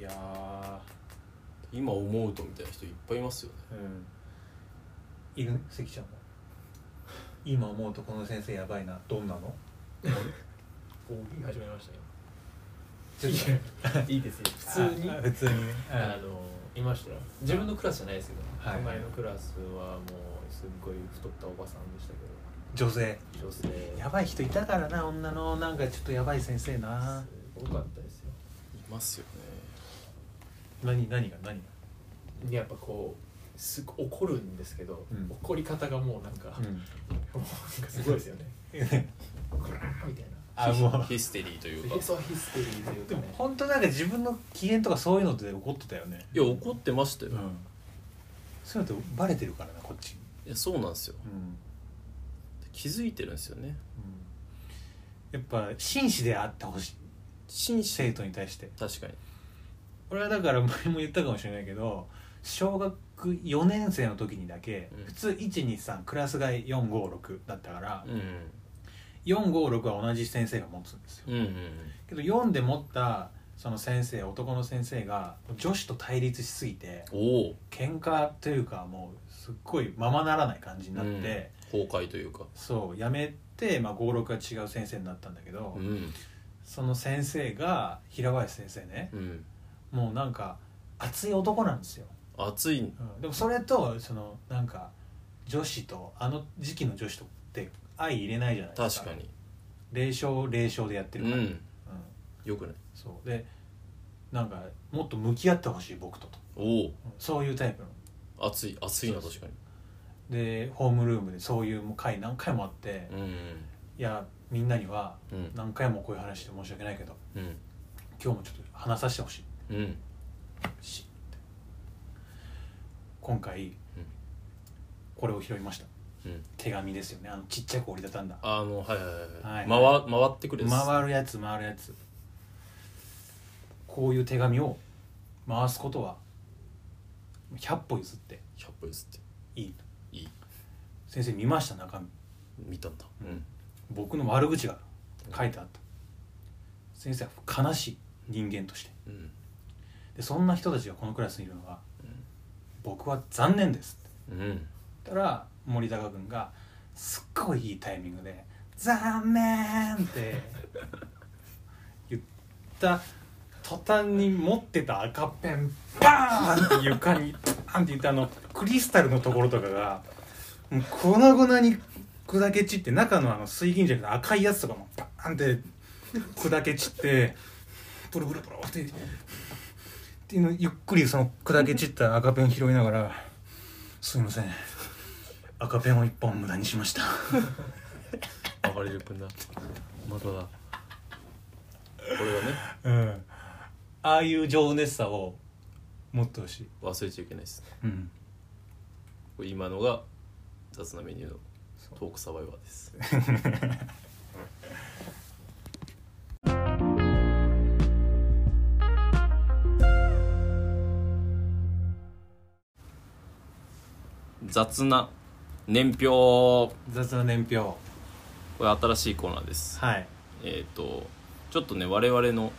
うんいやー
今思うとみたいな人いっぱいいますよね
うんいる関ちゃんも今思うとこの先生やばいなどんなの
大喜利始めましたよ
ちょっと
いいですよ普通に
ああ普通にね
あのいましたよ自分のクラスじゃないですけど、
はい
前のクラスはもうすっごい太ったおばさんでしたけ
女性
ど女性
やばい人いたからな女のなんかちょっとやばい先生な
すごかったですよ
いますよね
何何が何が
やっぱこうすごい怒るんですけど、
うん
怒り方がもうなんか、
う
も
ん
うなんかすごいですよねこらーみたいな
あもう
ヒステリーというか
ヘソヒステリーという
で
か
も
ね
本当なんか自分の機嫌とかそういうのって怒ってたよね
いや怒ってましたよ、
う
い
んそういうのってバレてるからなこっち
やそうなんですよ
うん、うん
気づいてるんですよね
やっぱ紳士であってほしい
紳士
生徒に対して
確かに
俺はだから前も言ったかもしれないけど小学4年生の時にだけ、
うん
普通123クラス替え456だったから、
うん
456は同じ先生が持つんですよ
うん
けど4で持ったその先生男の先生が女子と対立しすぎて
うんおお
喧嘩というかもうすっごいままならない感じになって、
崩壊というか
そうやめて、まあ、56が違う先生になったんだけど、
うん
その先生が平林先生ね
うん
もうなんか熱い男なんですよ、
熱い
うんでもそれとそのなんか女子とあの時期の女子とって相入れないじゃないです
確
か
かに
霊障霊障でやって
う
るから、うん
んよくない
そうでなんかもっと向き合ってほしい僕とと、
おお
うんそういうタイプの
熱い熱いな確か
でホームルームでそういうもう回何回もあって、
にうん
いやみんなには
うん
何回もこういう話して申し訳ないけど
うん
今日もちょっと話させてほしい
うん
しって今回これを拾いました
うん
手紙ですよねあのちっちゃく折りたたんだ
あのはいはいはい、
は
回回ってくるです
回るやつ回るやつこういう手紙を回すことは100歩譲って
100歩譲って
いい
いい
先生見ました中身
見たんだ
うん僕の悪口が書いてあった先生は悲しい人間として
うん
でそんな人たちがこのクラスにいるのは
うん
僕は残念ですって
うん
言ったら森高君がすっごいいいタイミングで「残念!」って言った途端に持ってた赤ペンバーンって床にバーンって言ったあのクリスタルのところとかがもう粉々に砕け散って中のあの水銀じゃなくて赤いやつとかもバーンって砕け散ってプルプルプルってっていうのをゆっくりその砕け散った赤ペン拾いながら「すいません赤ペンを一本無駄にしました」
上がれるくんだまただこれはね
うん、ああいう情熱さを持ってほしい、
忘れちゃいけないです
うん、
これ今のが雑なメニューのトークサバイバーです雑な年表こ
雑な年表
れ新しいコーナーです
はい、
えっ、とちょっとね我々の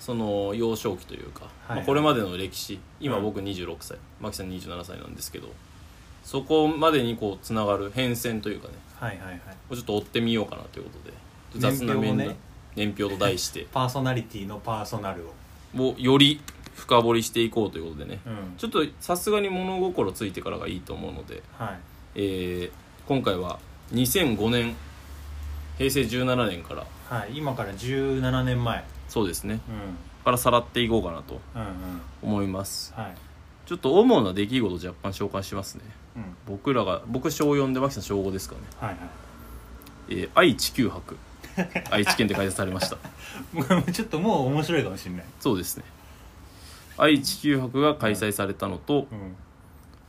その幼少期というか、
はい
まあこれまでの歴史今
うん
僕26歳、マキさん27歳なんですけどそこまでにこうつながる変遷というかね
はいはいはい
もうちょっと追ってみようかなということで
年
雑
表
な
をね
面談年表と題して
パーソナリティのパーソナルを、
をより深掘りしていこうということでね
うん
ちょっとさすがに物心ついてからがいいと思うので、
はい
えー今回は2005年平成17年から
はい、今から17年前、
そうですね
うん、
からさらっていこうかなと
うんうん
思います
はい、
ちょっと主な出来事を若干紹介しますね
うん、
僕らが僕小4で牧さん小5ですからね、
はいはい
えー愛・地球 博愛知県で開催されました
もうちょっともう面白い かもしれない、
そうですね愛・地球博が開催されたのと、
うん、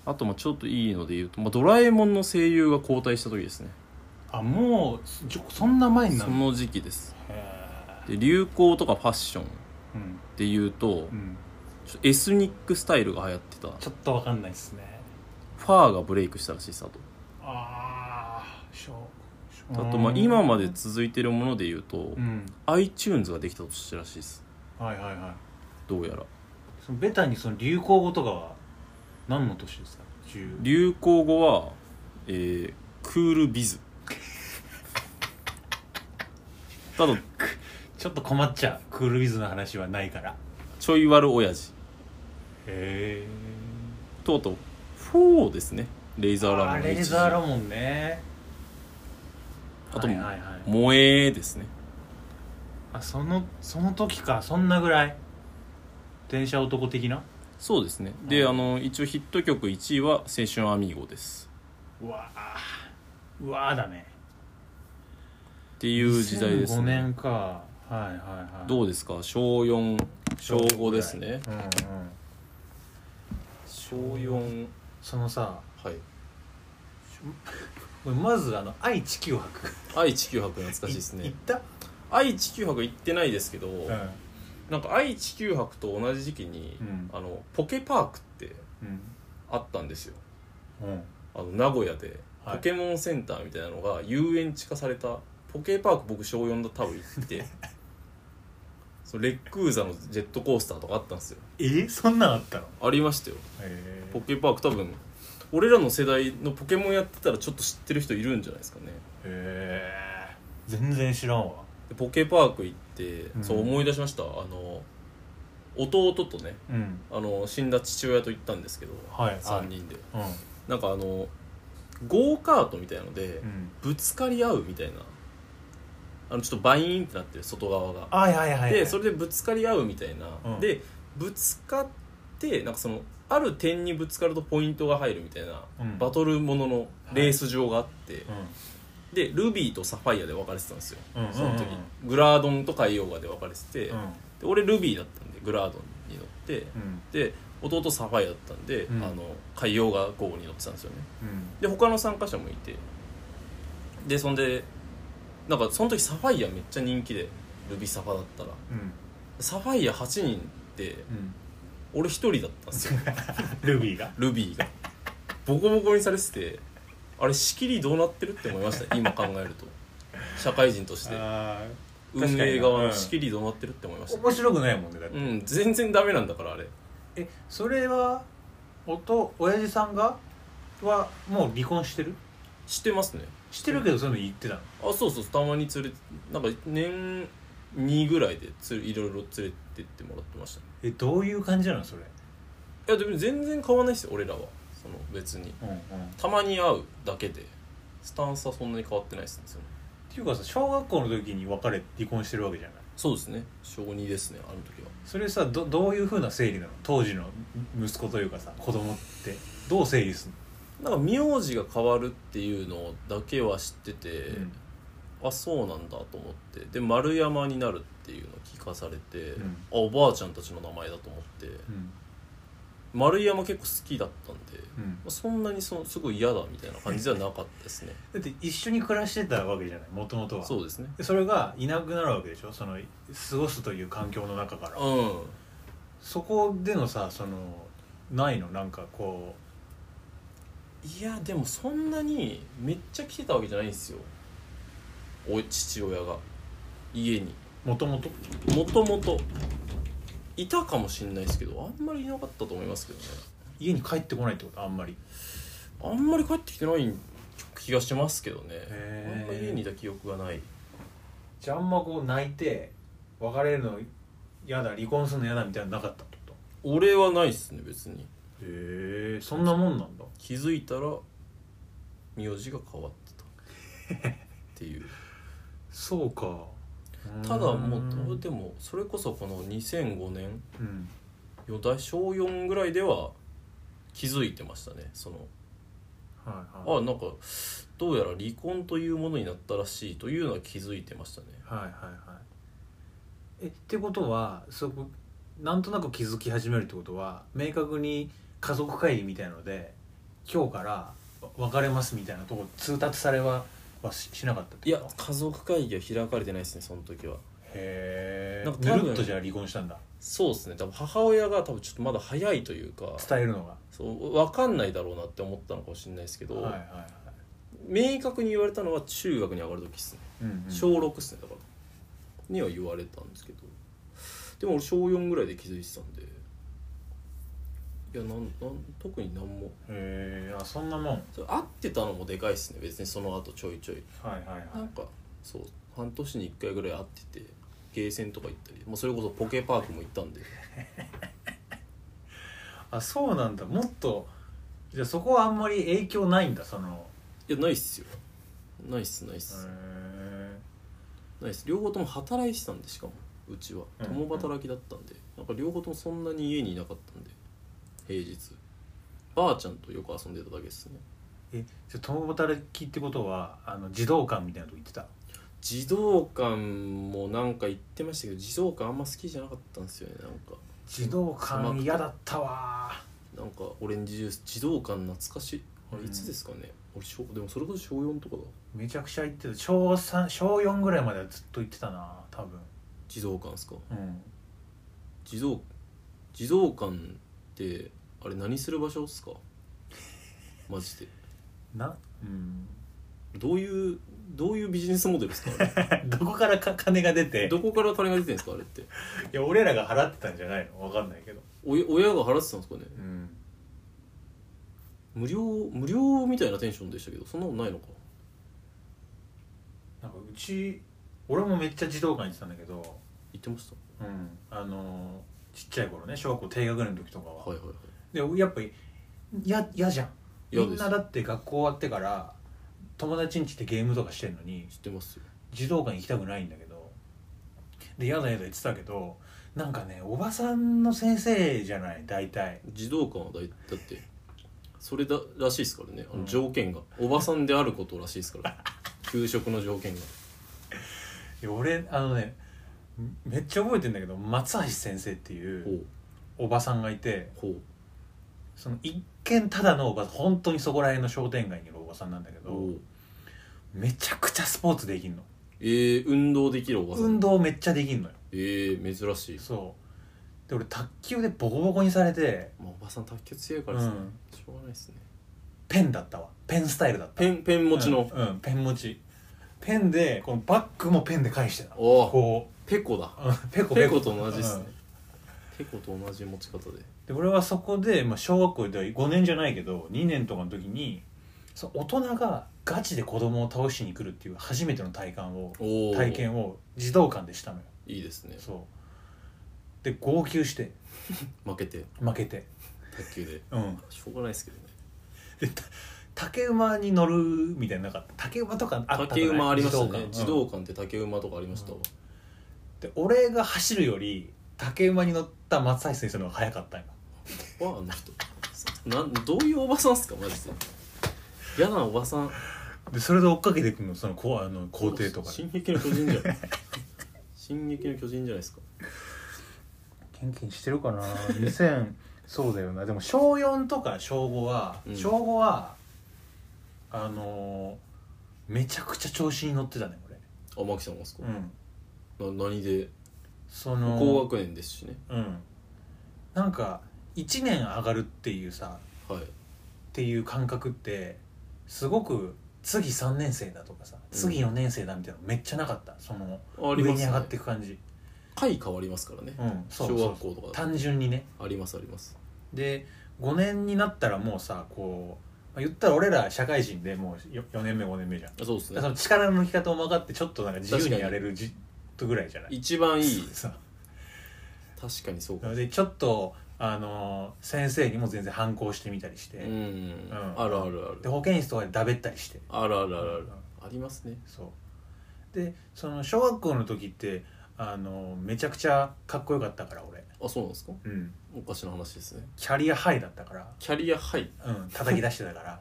あとまあちょっといいので言うと、まあ、ドラえもんの声優が交代した時ですね
あもうそそんな前にな
そ
る
の時期です
へ
で流行とかファッション
ーうん
で言うと
うん、
ちょエスニックスタイルが流行ってた
ちょっとわかんないですね
ファーがブレイクしたらしいですあと
ああしょ
あとまあ今まで続いてるもので言うと、
うん
iTunes ができた年らしいです
はいはいはい
どうやら
そのベタにその流行語とかは何の年ですか10
流行語は、えークールビズただ
ちょっと困っちゃうクールビズの話はないから
ちょい悪親父
へえ
とうとうフォーですねレイザーラモン
あ
の
レ
一時
ザーラモンね
あと
はいはいはい
萌えですね
あそのその時かそんなぐらい電車男的な
そうですねで、
はい
あの一応ヒット曲1位は「青春アミーゴ」です
うわあうわあだね
っていう時代です
2005
ね
年かはいはいはい
どうですか小4小5ですね
うんうん
小4
そのさ
はい
俺まずあの愛・地球博
愛・地球博懐かしいです
い
ね
行った
愛・地球博行ってないですけど、
うん
なんか愛・地球博と同じ時期に、
うん
あのポケパークってあったんですよ
うんうん
あの名古屋で
はい
ポケモンセンターみたいなのが遊園地化されたポケパーク僕小4だ多分行って そのレックウザのジェットコースターとかあったんですよ
えそんなんあったの
ありましたよ
へ
ポケパーク多分俺らの世代のポケモンやってたらちょっと知ってる人いるんじゃないですかね
え全然知らんわ
でポケパーク行って、
うん
そう思い出しましたあの弟とね
うん
あの死んだ父親と行ったんですけど、
はい
3人で
うん
なんかあのゴーカートみたいので、
うん
ぶつかり合うみたいなあのちょっとバインってなってる外側が
はいはいはいはい
でそれでぶつかり合うみたいな、
うん
でぶつかってなんかそのある点にぶつかるとポイントが入るみたいな、
うん
バトルもののレース場があって、
う
でルビーとサファイアで分かれてたんですよ、
うんうんうん
その時グラードンと海洋画で分かれてて、
んうん
で俺ルビーだったんでグラードンに乗って
うん
で弟サファイアだったんで、
うん
あの海洋画号に乗ってたんですよね
うん
で他の参加者もいてでそんでなんかその時サファイアめっちゃ人気でルビーサファだったら
うん
サファイア8人って
うん
俺1人だった んですよ
ルビーが
ルビーがボコボコにされててあれ仕切りどうなってるって思いました今考えると社会人として
あ
運
確かに
営側の仕
う
切りどうなってるって思いまし
ん
た
面白くないもんねだって
うん全然ダメなんだからあれ
えそれはおと親父さんがはもう離婚してる
知ってますね
知ってるけどそういうの言ってたの
あそうそうたまに連れてなんか年2ぐらいでついろいろ連れてってもらってましたね
えどういう感じなのそれ
いやでも全然変わらないですよ俺らはその別に
うんうんった
まに会うだけでスタンスはそんなに変わってないですねその
ていうかさ小学校の時に別れ離婚してるわけじゃない
そうですね小2ですねあの時は
それさどどういうふうな整理なの当時の息子というかさ子供ってどう整理する
なんか名字が変わるっていうのだけは知ってて、
の、うん
あそうなんだと思ってで丸山になるっていうのを聞かされて、
うん
あおばあちゃんたちの名前だと思って
うん
丸山結構好きだったんで、ま
うん、
あそんなにそのすごい嫌だみたいな感じではなかったですね
だって一緒に暮らしてたわけじゃないもともとは
そうですね
でそれがいなくなるわけでしょその過ごすという環境の中から
うん
そこでのさそのないのなんかこ
いやでもそんなにめっちゃ来てたわけじゃないんですよお父親が家に
うもともと
もともといたかもしんないですけどあんまりいなかったと思いますけどね
家に帰ってこないってことあんまり
あんまり帰ってきてない気がしますけどね
へー
あんまり家にいた記憶がない
じゃああんまこう泣いて別れるの嫌だ離婚するの嫌だみたいなのなかったってこと
俺はないっすね別に
へえそんなもんなんだ
気づいたら名字が変わってたっ ていう
そうか
ただも
ん
うでもそれこそこの2005年
うん
よ大小4ぐらいでは気づいてましたねその
はいは
あ
い
なんかどうやら離婚というものになったらしいというのは気づいてましたね
はいはいはいえってことはそこなんとなく気づき始めるってことは明確に家族会議みたいので今日からわ別れますみたいなとこ通達されははししなかったって
い
こ
や
と
家族会議は開かれてないですねその時は
へえ
なんか
ぬ
多分
るっとじゃあ離婚したんだ
そうですね多分母親が多分ちょっとまだ早いというか
伝えるのが
そう分かんないだろうなって思ったのかもしれないですけど、
はいはいはい
明確に言われたのは中学に上がる時ですね
うんうん
小6ですねだから、には言われたんですけどでも俺小4ぐらいで気づいてたんでいやなんなん特になんも
へえあそんなもんはい
それ合ってたのもでかいですね別にその後ちょいちょい
はいは
なん
い
かそう半年に1回ぐらい会っててゲーセンとか行ったりもうそれこそポケパークも行ったんで
あそうなんだもっとじゃあそこはあんまり影響ないんだその
いやないっすよないっすないっ
へ
す、
え
ないっす両方とも働いてたんでしかもうちは
うん
共働きだったんで、なんか両方ともそんなに家にいなかったんで平日ばあちゃんとよく遊んでただけですね
えそれ共働きってことはあの児童館みたいなとこ行ってた
児童館もなんか言ってましたけど児童館あんま好きじゃなかったんですよねなんか
児童館嫌だったわ
なんかオレンジジュース児童館懐かしいあれいつですかね、俺小でもそれこそ小4とかだ
めちゃくちゃ行ってた小3小4ぐらいまではずっと行ってたな多分
児童館ですか
うん
児童児童館ってあれ何する場所っすかマジで
なうん
どういうどういうビジネスモデルですかあれ
どこからか金が出て
どこから金が出てるんですかあれって
いや俺らが払ってたんじゃないの分かんないけど
お親が払ってたんですかね
うん
無料無料みたいなテンションでしたけどそんなことないのか
なんかうち俺もめっちゃ児童館行ってたんだけど
言ってました
うんあのちっちゃい頃ね小学校低学年の時とかは、
はいはいはい
でやっぱりや嫌じゃん
嫌
み
です
んなだって学校終わってから友達ん家でゲームとかしてんのに
知ってますよ
児童館行きたくないんだけどで嫌だ嫌だ言ってたけどなんかねおばさんの先生じゃない大体
児童館はだいだってそれだらしいですからねあ
う
の
ん
条件が、おばさんであることらしいですから給食の条件が
で俺あのねめっちゃ覚えてんだけど松橋先生ってい
ほ
う
う
おばさんがいて
ほう
その一見ただのおば本当にそこら辺の商店街にいるおばさんなんだけ
お
ど
う
めちゃくちゃスポーツできんの
えー、運動できるおばさん
運動めっちゃできんのよ
えー、珍しい、
そうで俺卓球でボコボコにされて、
まあ、おばさん卓球強いか
う
らですね、
ん
しょうがないですね
ペンだったわペンスタイルだった
ペンペン持ちの、
うん、うんペン持ちペンでこのバッグもペンで返してた
おお
こ
ペコだ
ううんペコ
ペコと同じですね、
うん
ペコと同じ持ち方で
で俺はそこで、まあ、小学校では5年じゃないけど2年とかの時にその大人がガチで子供を倒しに来るっていう初めての体感を
おお
体験を児童館でしたのよ
いいですね
そうで号泣して
負けて
負けて
卓球で
うん
しょうがないですけどね
でた竹馬に乗るみたいなのなかった竹馬とかあった
竹馬ありましたね
自
自
動
動館って竹馬とかありましたわ、
で俺が走るより竹馬に乗った松橋先生の方が早かったんよ
わああの人なんどういうおばさんっすかマジで嫌なおばさん
でそれで追っかけてくんのそのこうあの校庭とかで
進撃の巨人じ ゃん進撃の巨人じゃないですか
キンキンしてる かな2000そうだよなでも小4とか小5は、
うん
小5はあのーめちゃくちゃ調子に乗ってたね
あマキさんもですか
俺、うん
な何で
その
高学年ですしね
うんなんか1年上がるっていうさ
はい
っていう感覚ってすごく次3年生だとかさ次4年生だみたいなのめっちゃなかったその
あり
上
ま
に
す
上
ね
がっていく感じ、
回変わりますからね
うん、そう
小
そう
学
そう
校とかだ
単純にね
とありますあります
で5年になったらもうさこう、まあ言ったら俺ら社会人でもうよ4年目5年目じゃんだ
あそうです
からそ
ね
の力の抜き方も分かってちょっとなんか自由にやれるじとぐらいじゃない
一番いい
さ
確かにそうか
でちょっとあのー先生にも全然反抗してみたりして、
うん、
ん
あるあるあ
で
る
保健室とかでだべったりして
あるあるあるあ
う
る
ん
ありますね
そうでその小学校の時ってあのめちゃくちゃかっこよかったから俺、
あそうなんですか
うん、
おかしな話ですね
キャリアハイだったから、
キャリアハイ
うん、叩き出してたから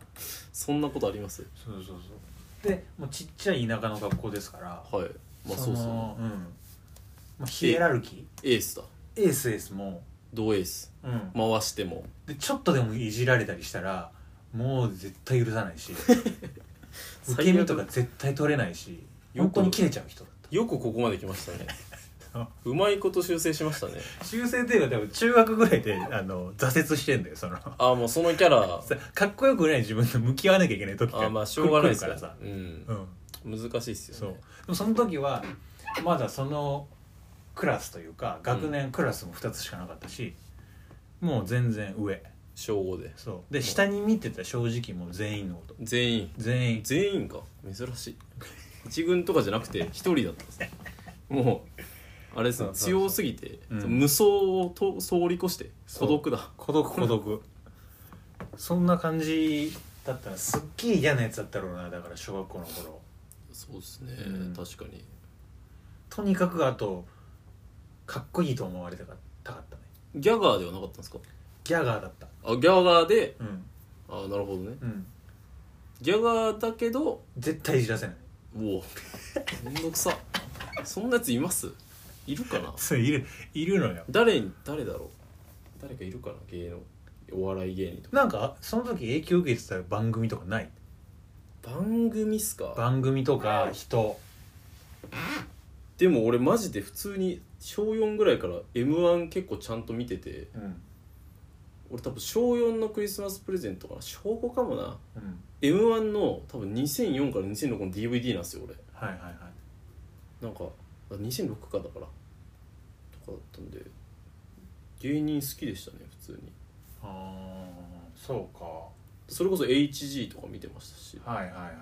そんなことあります
そうそうそうでもうちっちゃい田舎の学校ですから
はいまあそうそう
のうんまあ、ヒエラルキ
エースだ
ーエースエースも、
同エース
うん、
回しても
でちょっとでもいじられたりしたらもう絶対許さない し受け身とか絶対取れないし
よく
本当に切れちゃう人だっ
よくここまで来ましたね
そう
うまいこと修正しましたね
た修正っていうか多分中学ぐらいであの挫折してんだよその
ああもうそのキ ャラ
さかっこよくない自分と向き合わなきゃいけない時
あ
が
あまあしょうがないで
来
すか
る
ら
からさ、
うん
うん、
難しいっす
そう
よ
で
ね
もその時はまだそのクラスというか学年クラスも2つしかなかったし、もう全然上
小5で
そうで下に見てた正直もう全員のこと
全員
全員
全員か珍しい一軍とかじゃなくて一人だったんですねもうあれですね
そうそうそう
強すぎて、
うん
無双をと通り越して
そ
孤
う
独だ
孤独孤独そんな感じだったらすっげえ嫌なやつだったろうなだから小学校の頃
そうですね、
うん
確かに
とにかくあとかっこいいと思われたかったかったね
ギャガーではなかったんですか
ギャガーだった
あギャガーで
うん
あなるほどね
うん
ギャガーだけど
絶対いじらせないう
おめんどくさそんなやついますいるか な
それいるいるのよ
誰に誰だろう誰かいるかな芸能お笑い芸人とか
なんかその時影響受けてた番組とかない
番組っすか
番組とか人
でも俺マジで普通に小4ぐらいから m 1結構ちゃんと見てて
うん
俺多分小4のクリスマスプレゼントかな小5かもな
うん
m 1の多分2004から2006の DVD なんですよ俺
はいはいはい
なんかあ2006かだからとかだったんで芸人好きでしたね普通に
ああそうか
それこそ HG とか見てましたし
はいはいはい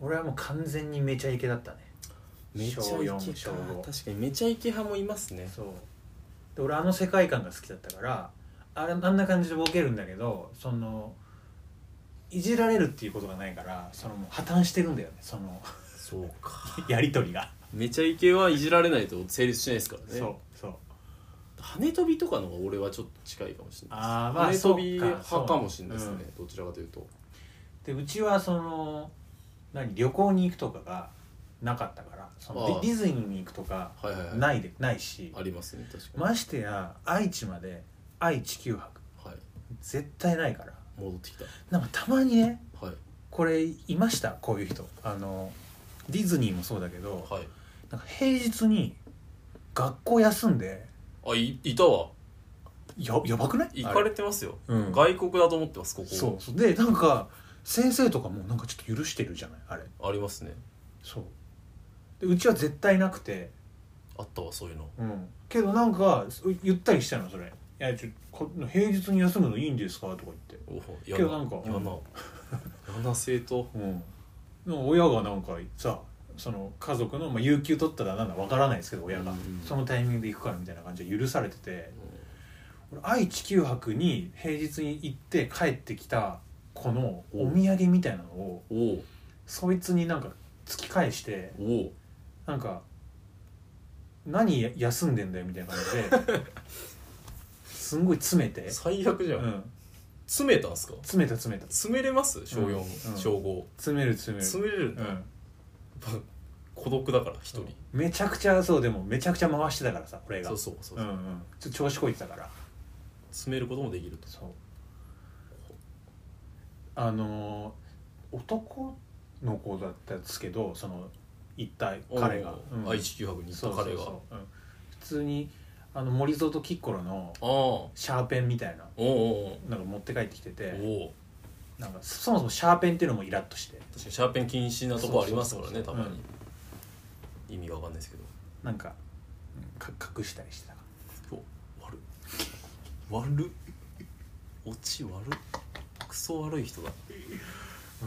俺はもう完全にめちゃイケだったね
めちゃイケ
小
か
4小5
確かにめちゃイケ派もいますね
そうで俺あの世界観が好きだったからあれあんな感じでボケるんだけどそのいじられるっていうことがないからそのもう破綻してるんだよねその
そうか
やり取りが、
めちゃイケはいじられないと成立しないですからね
そうそう
羽飛びとかの方が俺はちょっと近いかもしれないです
あーまあ
羽飛び派
そうか
かもしれないですね、
そう
どちらかというと
でうちはその何旅行に行くとかがなかったからそのデ
ああ
ィディズニーに行くとか
はいはいはい
ないでないし
ありますね確かに、
ましてや愛知まで愛・地球博
はい
絶対ないから
戻ってきた
なんかたまにね
はい
これいましたこういう人あのディズニーもそうだけど
はい
なんか平日に学校休んで
あいいたわ
ややばくない
行かれてますよ、
あれうん
外国だと思ってますここ
そうそうでなんか先生とかもなんかちょっと許してるじゃないあれ
ありますね
そうでうちは絶対なくて
あったわそういうの
うん、けどなんかそう言ったりしたのそれ「いやちょこ平日に休むのいいんですか?」とか言って、
おお
けどなんか
やな、やな政党
うん、でも親がなんかさその家族の、まあ、有給取ったらなんだわからないですけど親が、
うんうん
そのタイミングで行くからみたいな感じで許されてて俺愛・地球博に平日に行って帰ってきた子のお土産みたいなのを
おお
そいつになんか突き返して
おお
なんか「何や休んでんだよ」みたいな感じ ですんごい詰めて。
最悪じゃん、
うん
詰めたんすか
詰めた詰めた
詰めれます小4、
うん
小5
詰める詰める
詰めれるんだ、
うん
孤独だから一人、
めちゃくちゃそうでもめちゃくちゃ回してたからさ俺が
そうそうそう、
うんうんちょっと調子こいてたから
詰めることもできると
そうあのー男の子だったんですけどその一体彼が、
おー愛知九博に行った彼
そ
が
うそうそううん普通にあの森蔵とキッコロの
ああお
シャーペンみたいな
うおう
なんか持って帰ってきて
おう
て
おう
なんかそもそもシャーペンっていうのもイラッとして
確かにシャーペン禁止なとこありますからね
そ
た
うそうそう
まに、意味がわかんないですけど
なんかうんか隠したりしてたから
お悪っ悪っオチ悪っクソ悪い人だ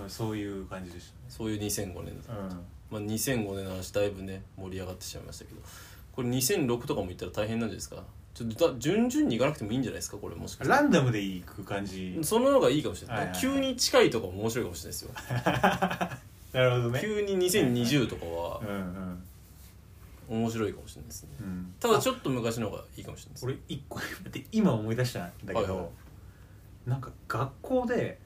うんそういう感じでしたね
そういう2005年だ、
うん
まあ、2005年の話だいぶね盛り上がってしまいましたけどこれ2006とかも行ったら大変なんじゃないですかちょっとだ順々に行かなくてもいいんじゃないですかこれもしかして
ランダムで行く感じ
その方がいいかもしれない,、
はいはいはい
急に近いとかも面白いかもしれないですよ
なるほど
急に2020とかは
うんうん
面白いかもしれないですね
うん
ただちょっと昔の方がいいかもしれないです
俺一個待って今思い出したんだけど、
はいはい
なんか学校で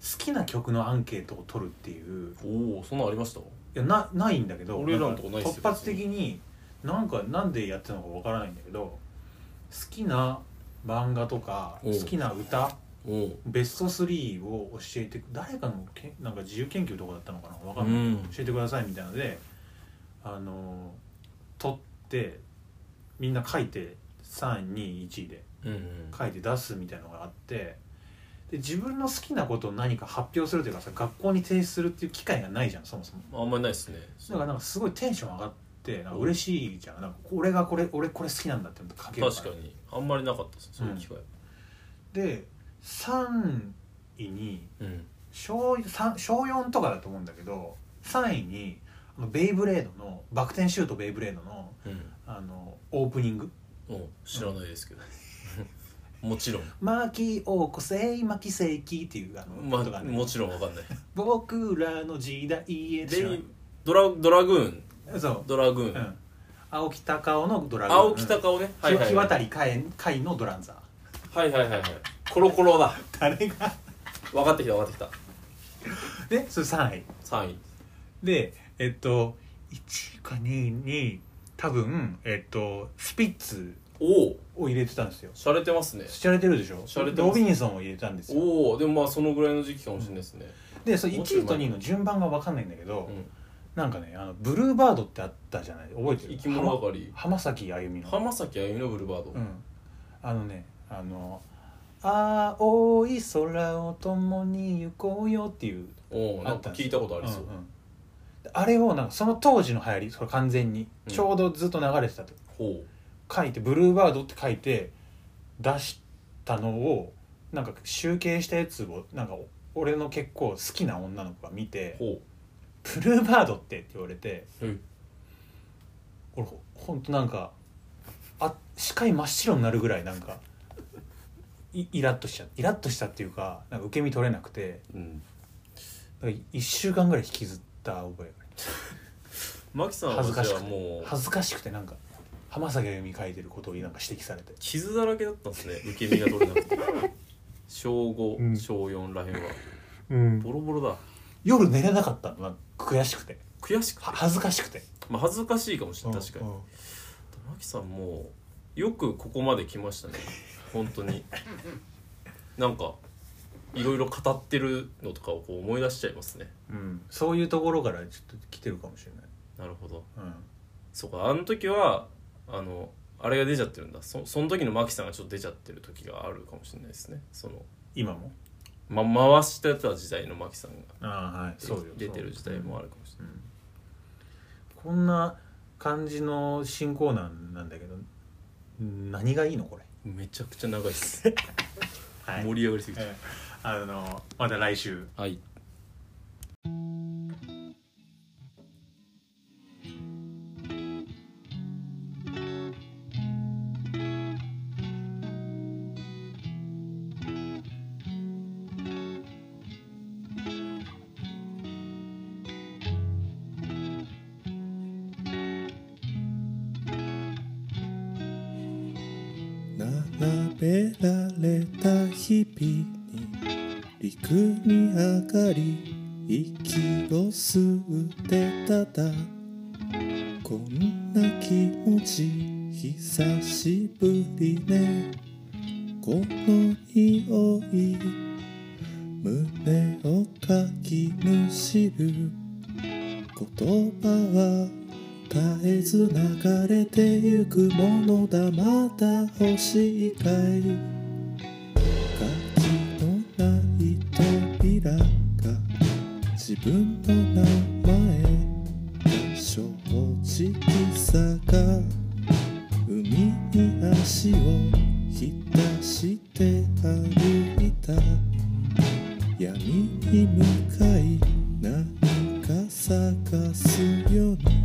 好きな曲のアンケートを取るっていう
おおそんなんありました
いやなないんだけど
俺らのとこないっすよ
んか突発的になんかなんでやってたのかわからないんだけど好きな漫画とか
お
好
う
きな歌
おお
ベスト3を教えて誰かのけなんか自由研究とかだったのかなわかんない、
ん
教えてくださいみたいなのであの取ってみんな書いて321で
うんうん
書いて出すみたいなのがあってで自分の好きなことを何か発表するというかさ学校に提出するっていう機会がないじゃんそもそも
あんまりないですね
だからなんかすごいテンション上がってなんか嬉しいじゃんなんか俺がこれ俺これ好きなんだって書ける
確かにあんまりなかったですそういう機会
で3位に
うん
小三小4とかだと思うんだけど3位にあのベイブレードのバク転シュートベイブレードの
うん
あのオープニング
うん知らない ですけどもちろん
「巻き起こせ巻き世紀」っていうあの、
ま
とか
あ
ね
もちろんわかんない
僕らの時代へ知らな
で
い
ドラドラグーン
そう、
ドラグ
う
ーン
ん、青木隆夫のドラゴン
青木隆夫ね
うんひ
はいはい
日渡り海のドランザ
はいはいはいはい
ー
コロコロだ
誰が
分かってきた分かってきた
で それ3位
3位
でえっと1位か2位に多分えっとスピッツ
おお
を入れてたんですよ
しゃれてますね
しゃれてるでしょ
しゃれて
で
ます
ロビンソンを入れたんですよ
おおでもまあそのぐらいの時期かもしれないですね、
でそれ1位と2位の順番が分かんないんだけど、
うん
なんかねあのブルーバードってあったじゃない覚えてる
生き物ばかり
浜浜崎あゆみの
浜崎あゆみのブルーバード、
うん、あのねあの「青い空を共に行こうよ」っていう
おおなんか聞いたことありそう、
んんであれをなんかその当時の流行りそれ完全に、
うん
ちょうどずっと流れてたと
ほ
書いて「ブルーバード」って書いて出したのをなんか集計したやつをなんかお俺の結構好きな女の子が見
う
て
ほ
「ブルーバードって」って言われて
ううん
俺ほほんとなんかあ視界真っ白になるぐらいなんかいイラッとしちゃイラッとしたっていうかなんか受け身取れなくて
うん
なんか1週間ぐらい引きずった覚えがある
マキさんは
恥ずかし
じゃ
く
あ
て
もう
恥ずかしくてなんか浜崎あゆみ書いてることをなんか指摘されて
傷だらけだったんですね受け身が取れなくて小5、
うん
小4らへんは
うん
ボロボロだ
夜寝れなかったのなんか悔しくて
悔しくて
は、恥ずかしくて
まあ、恥ずかしいかもしれない確かに
うんうん
マキさんもうよくここまで来ましたね本当になんかいろいろ語ってるのとかをこう思い出しちゃいますね
うん、そういうところからちょっと来てるかもしれない、
なるほど
うん、
そうかあの時はあのあれが出ちゃってるんだそその時のマキさんがちょっと出ちゃってる時があるかもしれないですねその、
今も
ま、回してた時代のマキさんが
ああはいそうよ
出てる時代もあるかもしれない
うんこんな感じの新コーナーなんだけど何がいいのこれ、
めちゃくちゃ長い っす盛り上がりすぎちゃう
えーあのまた来週
はい
並べられた日々に陸に上がり息を吸ってただこんな気持ち久しぶりねこの匂い胸をかきむしる言葉は絶えず流れてゆくものだまた欲しいかい鍵のない扉が自分の名前正直さが海に足を浸して歩いた闇に向かい何か探すように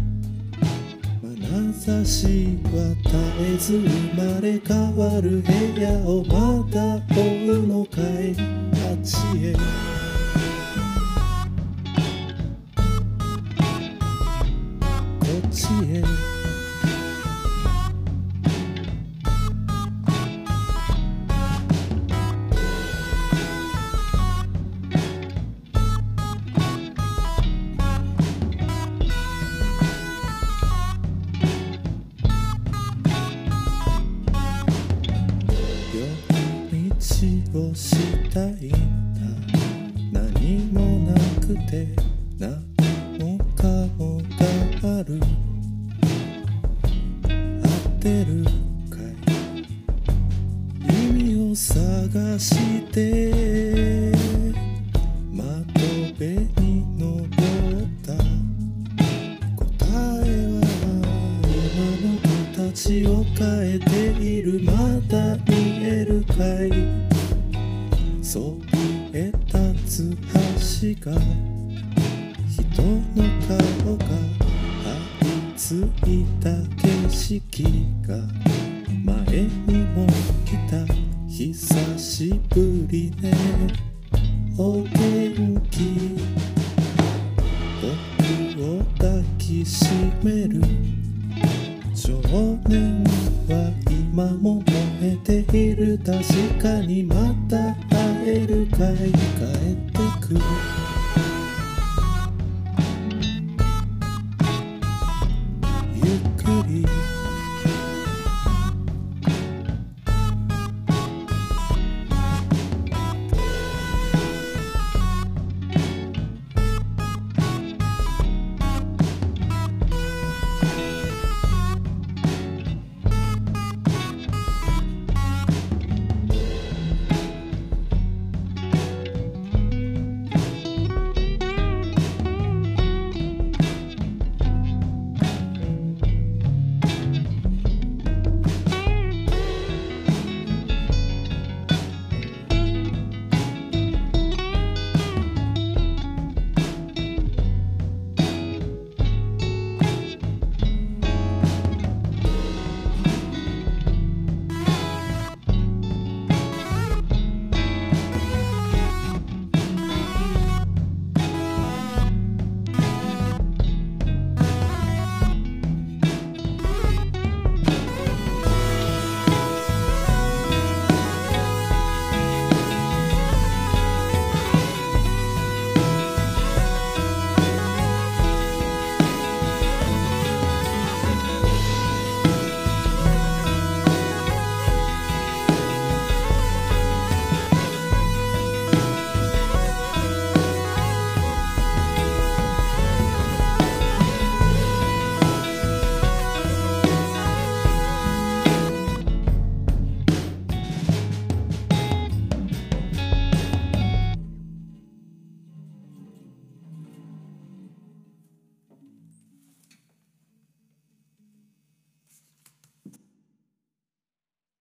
眼差しは絶えず生まれ変わる部屋をまた追うのかいあっちへこっちへ夜道をしたいんだ何もなくて何もかもがある合ってるかい意味を探して窓辺に登った答えは今の形を変えているまだ見えるかいそびえ立つ橋が人の顔が張り付いた景色が前にも来た久しぶりねお元気僕を抱きしめる少年は今も燃えている確かにまたい